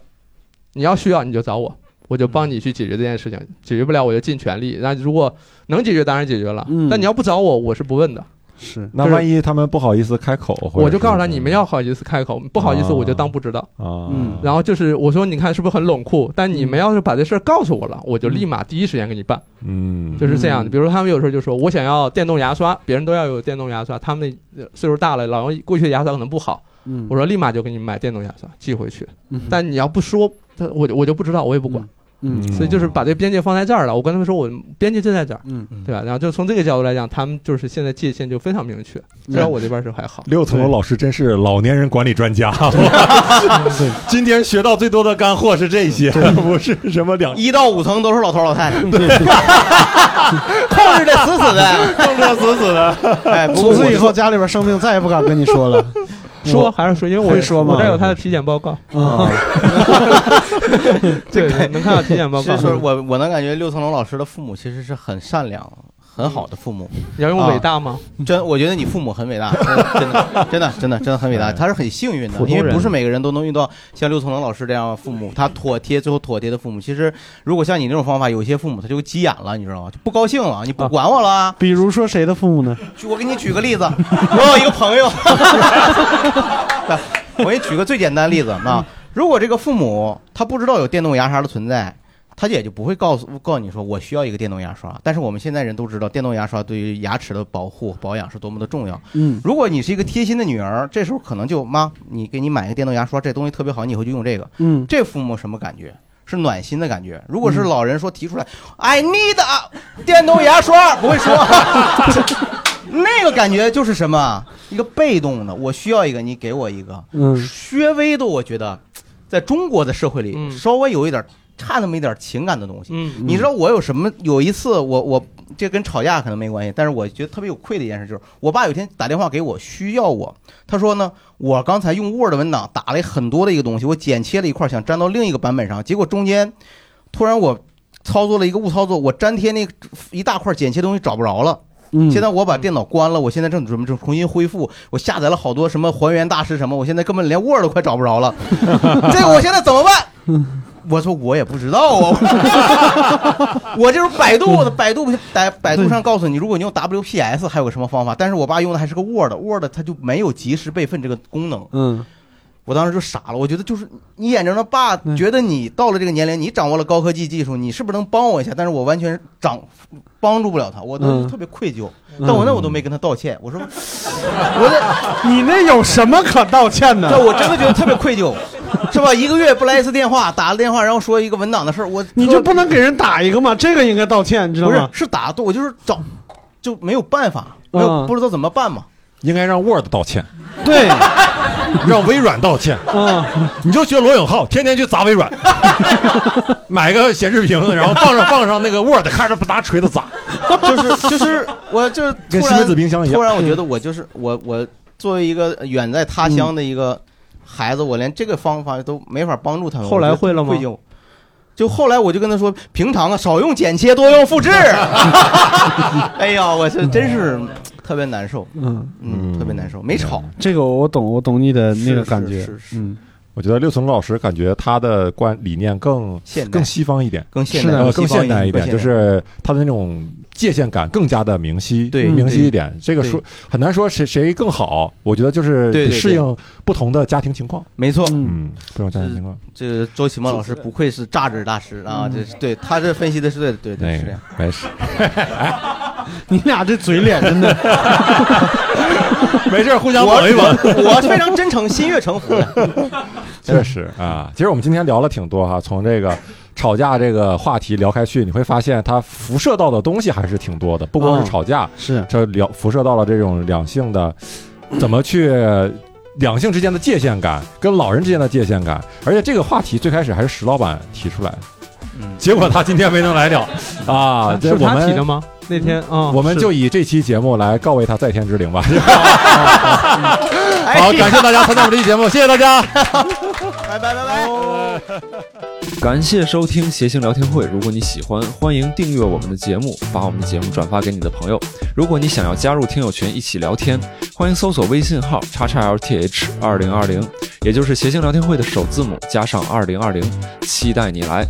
D: 你要需要你就找我，我就帮你去解决这件事情。解决不了我就尽全力。那如果能解决，当然解决了。但你要不找我，我是不问的。
E: 是
B: 那
D: 就是
B: 万一他们不好意思开口，或者
D: 我就是告诉他，你们要好意思开口，不好意思
B: 啊
D: 我就当不知道。
B: 啊，
E: 嗯，
D: 然后就是我说，你看是不是很冷酷？但你们要是把这事儿告诉我了，我就立马第一时间给你办。
B: 嗯，
D: 就是这样的。比如说他们有时候就说我想要电动牙刷，别人都要有电动牙刷，他们那呃岁数大了，老用过去的牙刷可能不好。
E: 嗯
D: 我说立马就给你买电动牙刷寄回去
E: 嗯哼，
D: 但你要不说，他我就我就不知道，我也不管。
E: 嗯
D: 所以
B: 哦
D: 就是把这边界放在这儿了。我跟他们说，我边界就在这儿，
E: 嗯，
D: 对吧？然后就从这个角度来讲，他们就是现在界限就非常明确。
B: 嗯
D: 虽然我这边是还好，
B: 六层楼老师真是老年人管理专家，今天学到最多的干货是这些， [LAUGHS] 不是什么两
C: 一到五层都是老头老
D: [LAUGHS]
C: 太太，控制的死死
B: [LAUGHS]
C: 的，
B: 控制的死死的。
C: 哎，不
E: 从
C: 过
E: 此
C: 我
E: 以后家里边生病再也不敢跟你说了。
D: [LAUGHS] 说还是说，因为我
E: 会说吗
D: 我这儿有他的体检报告。 [LAUGHS]
C: [LAUGHS]
E: 啊，
D: 对，能看到体检报
C: 其
D: 告嗯
C: 实。说我我能感觉六层楼老师的父母其实是很善良、很好的父母。啊
D: 你要用伟大吗？
C: 真，我觉得你父母很伟大，真的，真的，真的，真的，真的很伟大。他是很幸运的
D: 哎普，通
C: 因
D: 人
C: 为不是每个人都能遇到像六层楼老师这样的父母，他妥帖，最后妥帖的父母。其实，如果像你那种方法，有些父母他就急眼了，你知道吗？就不高兴了，你不管我了啊。
E: 比如说谁的父母呢？
C: 我给你举个例子，我有一个朋友， [LAUGHS] 我给你举个最简单的例子啊，如果这个父母他不知道有电动牙刷的存在，他也就不会告诉告诉你说我需要一个电动牙刷。但是我们现在人都知道，电动牙刷对于牙齿的保护保养是多么的重要。
E: 嗯，
C: 如果你是一个贴心的女儿，这时候可能就妈，你给你买一个电动牙刷，这东西特别好，你以后就用这个。
E: 嗯，
C: 这父母什么感觉？是暖心的感觉。如果是老人说提出来、i need a 电动牙刷，不
D: [LAUGHS]
C: 会说，那个感觉就是什么？啊一个被动的，我需要一个，你给我一个。
E: 嗯，
C: 薛微的，我觉得，在中国的社会里，稍微有一点差那么一点情感的东西。
D: 嗯
C: 你知道我有什么？有一次我，我这跟吵架可能没关系，但是我觉得特别有愧的一件事就是，我爸有一天打电话给我，需要我，他说呢，我刚才用 Word 文档打了很多的一个东西，我剪切了一块，想粘到另一个版本上，结果中间突然我操作了一个误操作，我粘贴那个一大块剪切东西找不着了。
E: 嗯
C: 现在我把电脑关了，我现在正准备重新恢复。我下载了好多什么还原大师什么，我现在根本连 Word 都快找不着了。 [LAUGHS] [LAUGHS] 这个我现在怎么办？我说我也不知道啊， [LAUGHS] 我我就是百度的，百度不行百百度上告诉你，如果你用 WPS 还有个什么方法，但是我爸用的还是个 Word，Word 它就没有即时备份这个功能。
E: 嗯，
C: 我当时就傻了，我觉得就是你眼睁睁爸
E: 嗯
C: 觉得你到了这个年龄，你掌握了高科技技术，你是不是能帮我一下？但是我完全掌帮助不了他，我当时
E: 嗯
C: 特别愧疚。
E: 嗯
C: 但我那我都没跟他道歉，我说我
E: [LAUGHS] 这你那有什么可道歉的？
C: 这我真的觉得特别愧疚，是吧？一个月不来一次电话，打了电话然后说一个文档的事儿，我
E: 你就不能给人打一个吗？这个应该道歉，你知道
C: 不是
E: 吗？
C: 是打对，我就是找就没有办法，没有
E: 嗯
C: 不知道怎么办嘛。
B: 应该让 Word 道歉，
E: 对，
B: 让微软道歉。
E: 嗯，
B: 你就学罗永浩，天天去砸微软，买个显示屏，然后放上放上那个 Word，看着不拿锤子砸。
C: [LAUGHS] 就是就是，我就是
B: 跟
C: 突
B: 西
C: 然
B: 门子冰箱一样
C: 突然我觉得我就是我我作为一个远在他乡的一个孩子，我连这个方法都没法帮助他们。
D: 后来
C: 我觉得
D: 会了吗
C: 愧疚。就后来我就跟他说，平常啊少用剪切，多用
B: [LAUGHS]
C: 复制。哎呀，我这真是特别难受，
E: 嗯
C: 嗯，特别难受，没吵。
E: 这个我懂，我懂你的那个
C: 是
E: 感觉。
C: 是
E: 嗯，
B: 我觉得六层楼老师感觉他的观理念更
C: 现代
B: 更西方一点，
C: 更现
B: 是
C: 代
B: 的
C: 更
B: 更
C: 西方
B: 现代
C: 一点
B: 一点，
C: 更现代
B: 就是他的那种界限感更加的明晰，
C: 对
B: 明晰
C: 对
B: 一点。这个
C: 对
B: 说很难说谁谁更好，我觉得就是
C: 对对
B: 得
C: 对
B: 适应不同的家庭情况，
C: 没错，
B: 嗯，不同家庭情况。
C: 这个周启墨老师不愧是榨汁大师
E: 嗯
C: 啊！这是对他这分析的是对的，对对
B: 那
C: 是这
B: 个
C: 样。
B: 没事，
E: [LAUGHS] 你俩这嘴脸真
A: [LAUGHS]
E: 的，
B: 没事，互相
C: 我
B: 捧一捧。
C: 我我非常真诚，心悦诚服 [LAUGHS] 的。
B: 确实啊，其实我们今天聊了挺多哈，从这个吵架这个话题聊开去，你会发现它辐射到的东西还是挺多的，不光是吵架，
E: 是
B: 这聊辐射到了这种两性的怎么去。两性之间的界限感，跟老人之间的界限感，而且这个话题最开始还是石老板提出来的，
C: 嗯
B: 结果他今天没能来
D: [LAUGHS]
B: 了啊！这
D: 是
B: 我
D: 他
B: 们
D: 提的吗？那天啊，
B: 我们
D: 是
B: 就以这期节目来告慰他在天之灵吧。
C: 好哎 [LAUGHS]
B: 好，感谢大家参加我们这期节目，谢谢大家。
C: 拜拜拜拜。
A: 感谢收听谐星聊天会。如果你喜欢，欢迎订阅我们的节目，把我们的节目转发给你的朋友。如果你想要加入听友群一起聊天，欢迎搜索微信号叉叉 LTH 二零二零，也就是谐星聊天会的首字母加上二零二零，期待你来。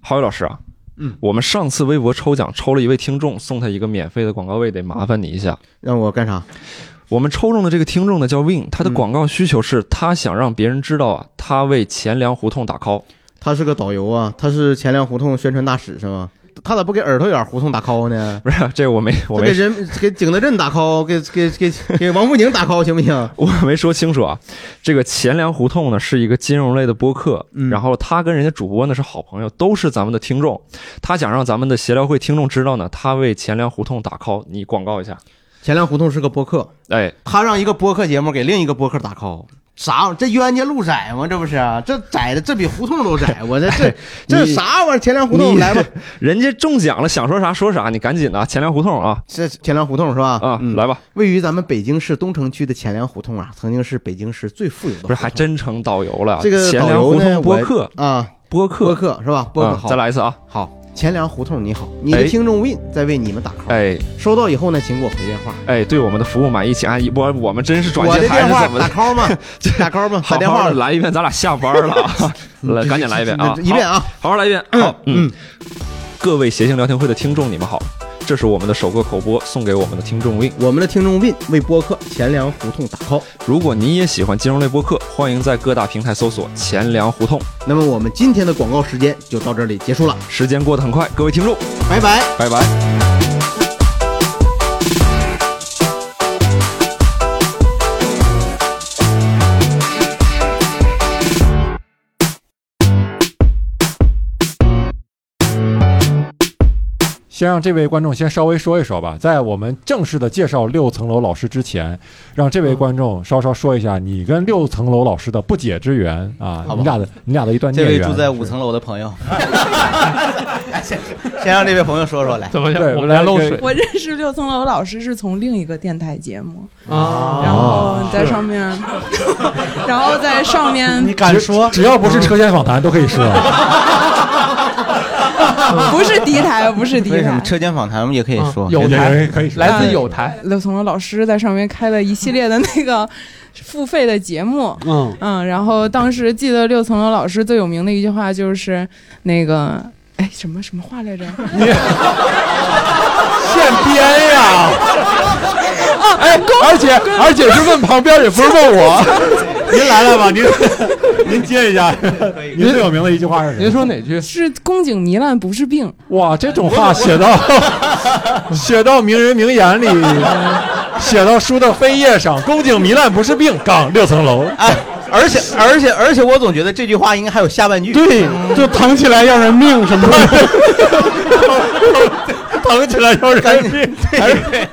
A: 郝宇老师啊，
C: 嗯，
A: 我们上次微博抽奖抽了一位听众，送他一个免费的广告位，得麻烦你一下。
C: 让我干啥？嗯
A: 我们抽中的这个听众呢叫 Win，他的广告需求是他想让别人知道啊，他为钱粮胡同打 call。
C: 他是个导游啊，他是钱粮胡同宣传大使是吗？他咋不给耳朵眼胡同打 call 呢？
A: [LAUGHS] 不是，啊这我没，我
C: 给
A: 没，
C: 人给景德镇打 call，给给给给王府井打 call 行不行？
A: [LAUGHS] 我没说清楚啊。这个钱粮胡同呢是一个金融类的播客，
C: 嗯
A: 然后他跟人家主播呢是好朋友，都是咱们的听众。他想让咱们的协聊会听众知道呢，他为钱粮胡同打 call。你广告一下，
C: 钱粮胡同是个播客，
A: 哎，
C: 他让一个播客节目给另一个播客打 call，啥玩意儿？这冤家路窄吗？这不是、啊？这窄的这比胡同都窄，我
A: [LAUGHS]
C: 这这这
A: 哎你
C: 啥玩意儿？钱粮胡同
A: 你
C: 来吧，，
A: [LAUGHS] 人家中奖了，想说啥说啥，你赶紧的啊，钱粮胡同啊，
C: 这钱粮胡同是吧？嗯
A: 啊，来吧，
C: 位于咱们北京市东城区的钱粮胡同啊，曾经是北京市最富有的
A: 不是还真成导游了啊，
C: 这个
A: 钱
C: 导
A: 粮
C: 游
A: 胡
C: 呢
A: 同播
C: 我
A: 客
C: 啊，
A: 播客
C: 播客是吧？播客
A: 嗯
C: 好，
A: 再来一次啊，
C: 好，钱粮胡同你好，你的
A: 哎
C: 听众 Win 在为你们打 call，
A: 哎
C: 收到以后呢，请给我回电话。
A: 哎，对我们的服务满意，请阿姨，我我们真是转
C: 我
A: 接
C: 的
A: 台
C: 电
A: 是
C: 话
A: 怎么
C: 打
A: 的？
C: call
A: [LAUGHS]
C: 吗？打 call 吗？打电
A: 好
C: 话
A: 好地来一遍，咱俩下班了
C: [LAUGHS]
A: 啊，
C: 嗯
A: 来赶紧来一遍啊，
C: 一遍啊
A: 好，好好来一遍。好，嗯，各位谐星聊天会的听众，你们好，这是我们的首个口播，送给我们的听众 Win。
C: 我们的听众 Win 为播客钱粮胡同打 call。
A: 如果你也喜欢金融类播客，欢迎在各大平台搜索“钱粮胡同
C: 那么我们今天的广告时间就到这里结束了，”。
A: 时间过得很快，各位听众，
C: 拜拜。
A: 拜拜。
B: 先让这位观众先稍微说一说吧，在我们正式的介绍六层楼老师之前，让这位观众稍稍说一下你跟六层楼老师的不解之缘啊，
C: 好吧
B: 你俩的你俩的一段
C: 这
B: 孽
C: 位
B: 缘。
C: 住在五层楼的朋友，来先先让这位朋友说说来，
D: 怎么
B: 样 [LAUGHS] 对我们来漏
K: [LAUGHS]
B: 水
K: 我认识六层楼老师是从另一个电台节目，
B: 哦
D: 啊
K: 然后哦在
B: [LAUGHS]
K: 上面，然后在上面，
B: 只只要不是车间访谈都可以
C: [LAUGHS]
B: 说。
K: 不是敌台，不是敌
C: 为什么
K: 台，
C: 车间访谈我们也可以
B: 嗯
C: 说？
K: 有台
B: 可以
K: 说来自有
D: 台。
K: 六层楼老师在上面开了一系列的那个付费的节目，
E: 嗯
K: 嗯，然后当时记得六层楼老师最有名的一句话就是那个，哎，什么什么话来着？
B: 现编呀！
L: 嗯 [LAUGHS]
K: 哦
B: 哎，而且而且是问旁边，也不是问我。 [LAUGHS] 您来了吧？您您接一下。 [LAUGHS] 您最有名的一句话是什么？您
D: 说哪句？
K: 是宫颈糜烂不是病。
B: 哇，这种话写到写到名人名言里，写到书的扉页上。宫颈糜烂不是病，杠六层楼。
C: 哎，而且而且而且，我总觉得这句话应该还有下半句。
E: 对，就疼起来要人
C: [LAUGHS]
E: 命什么的。
B: 疼起来要人
C: 命，对对，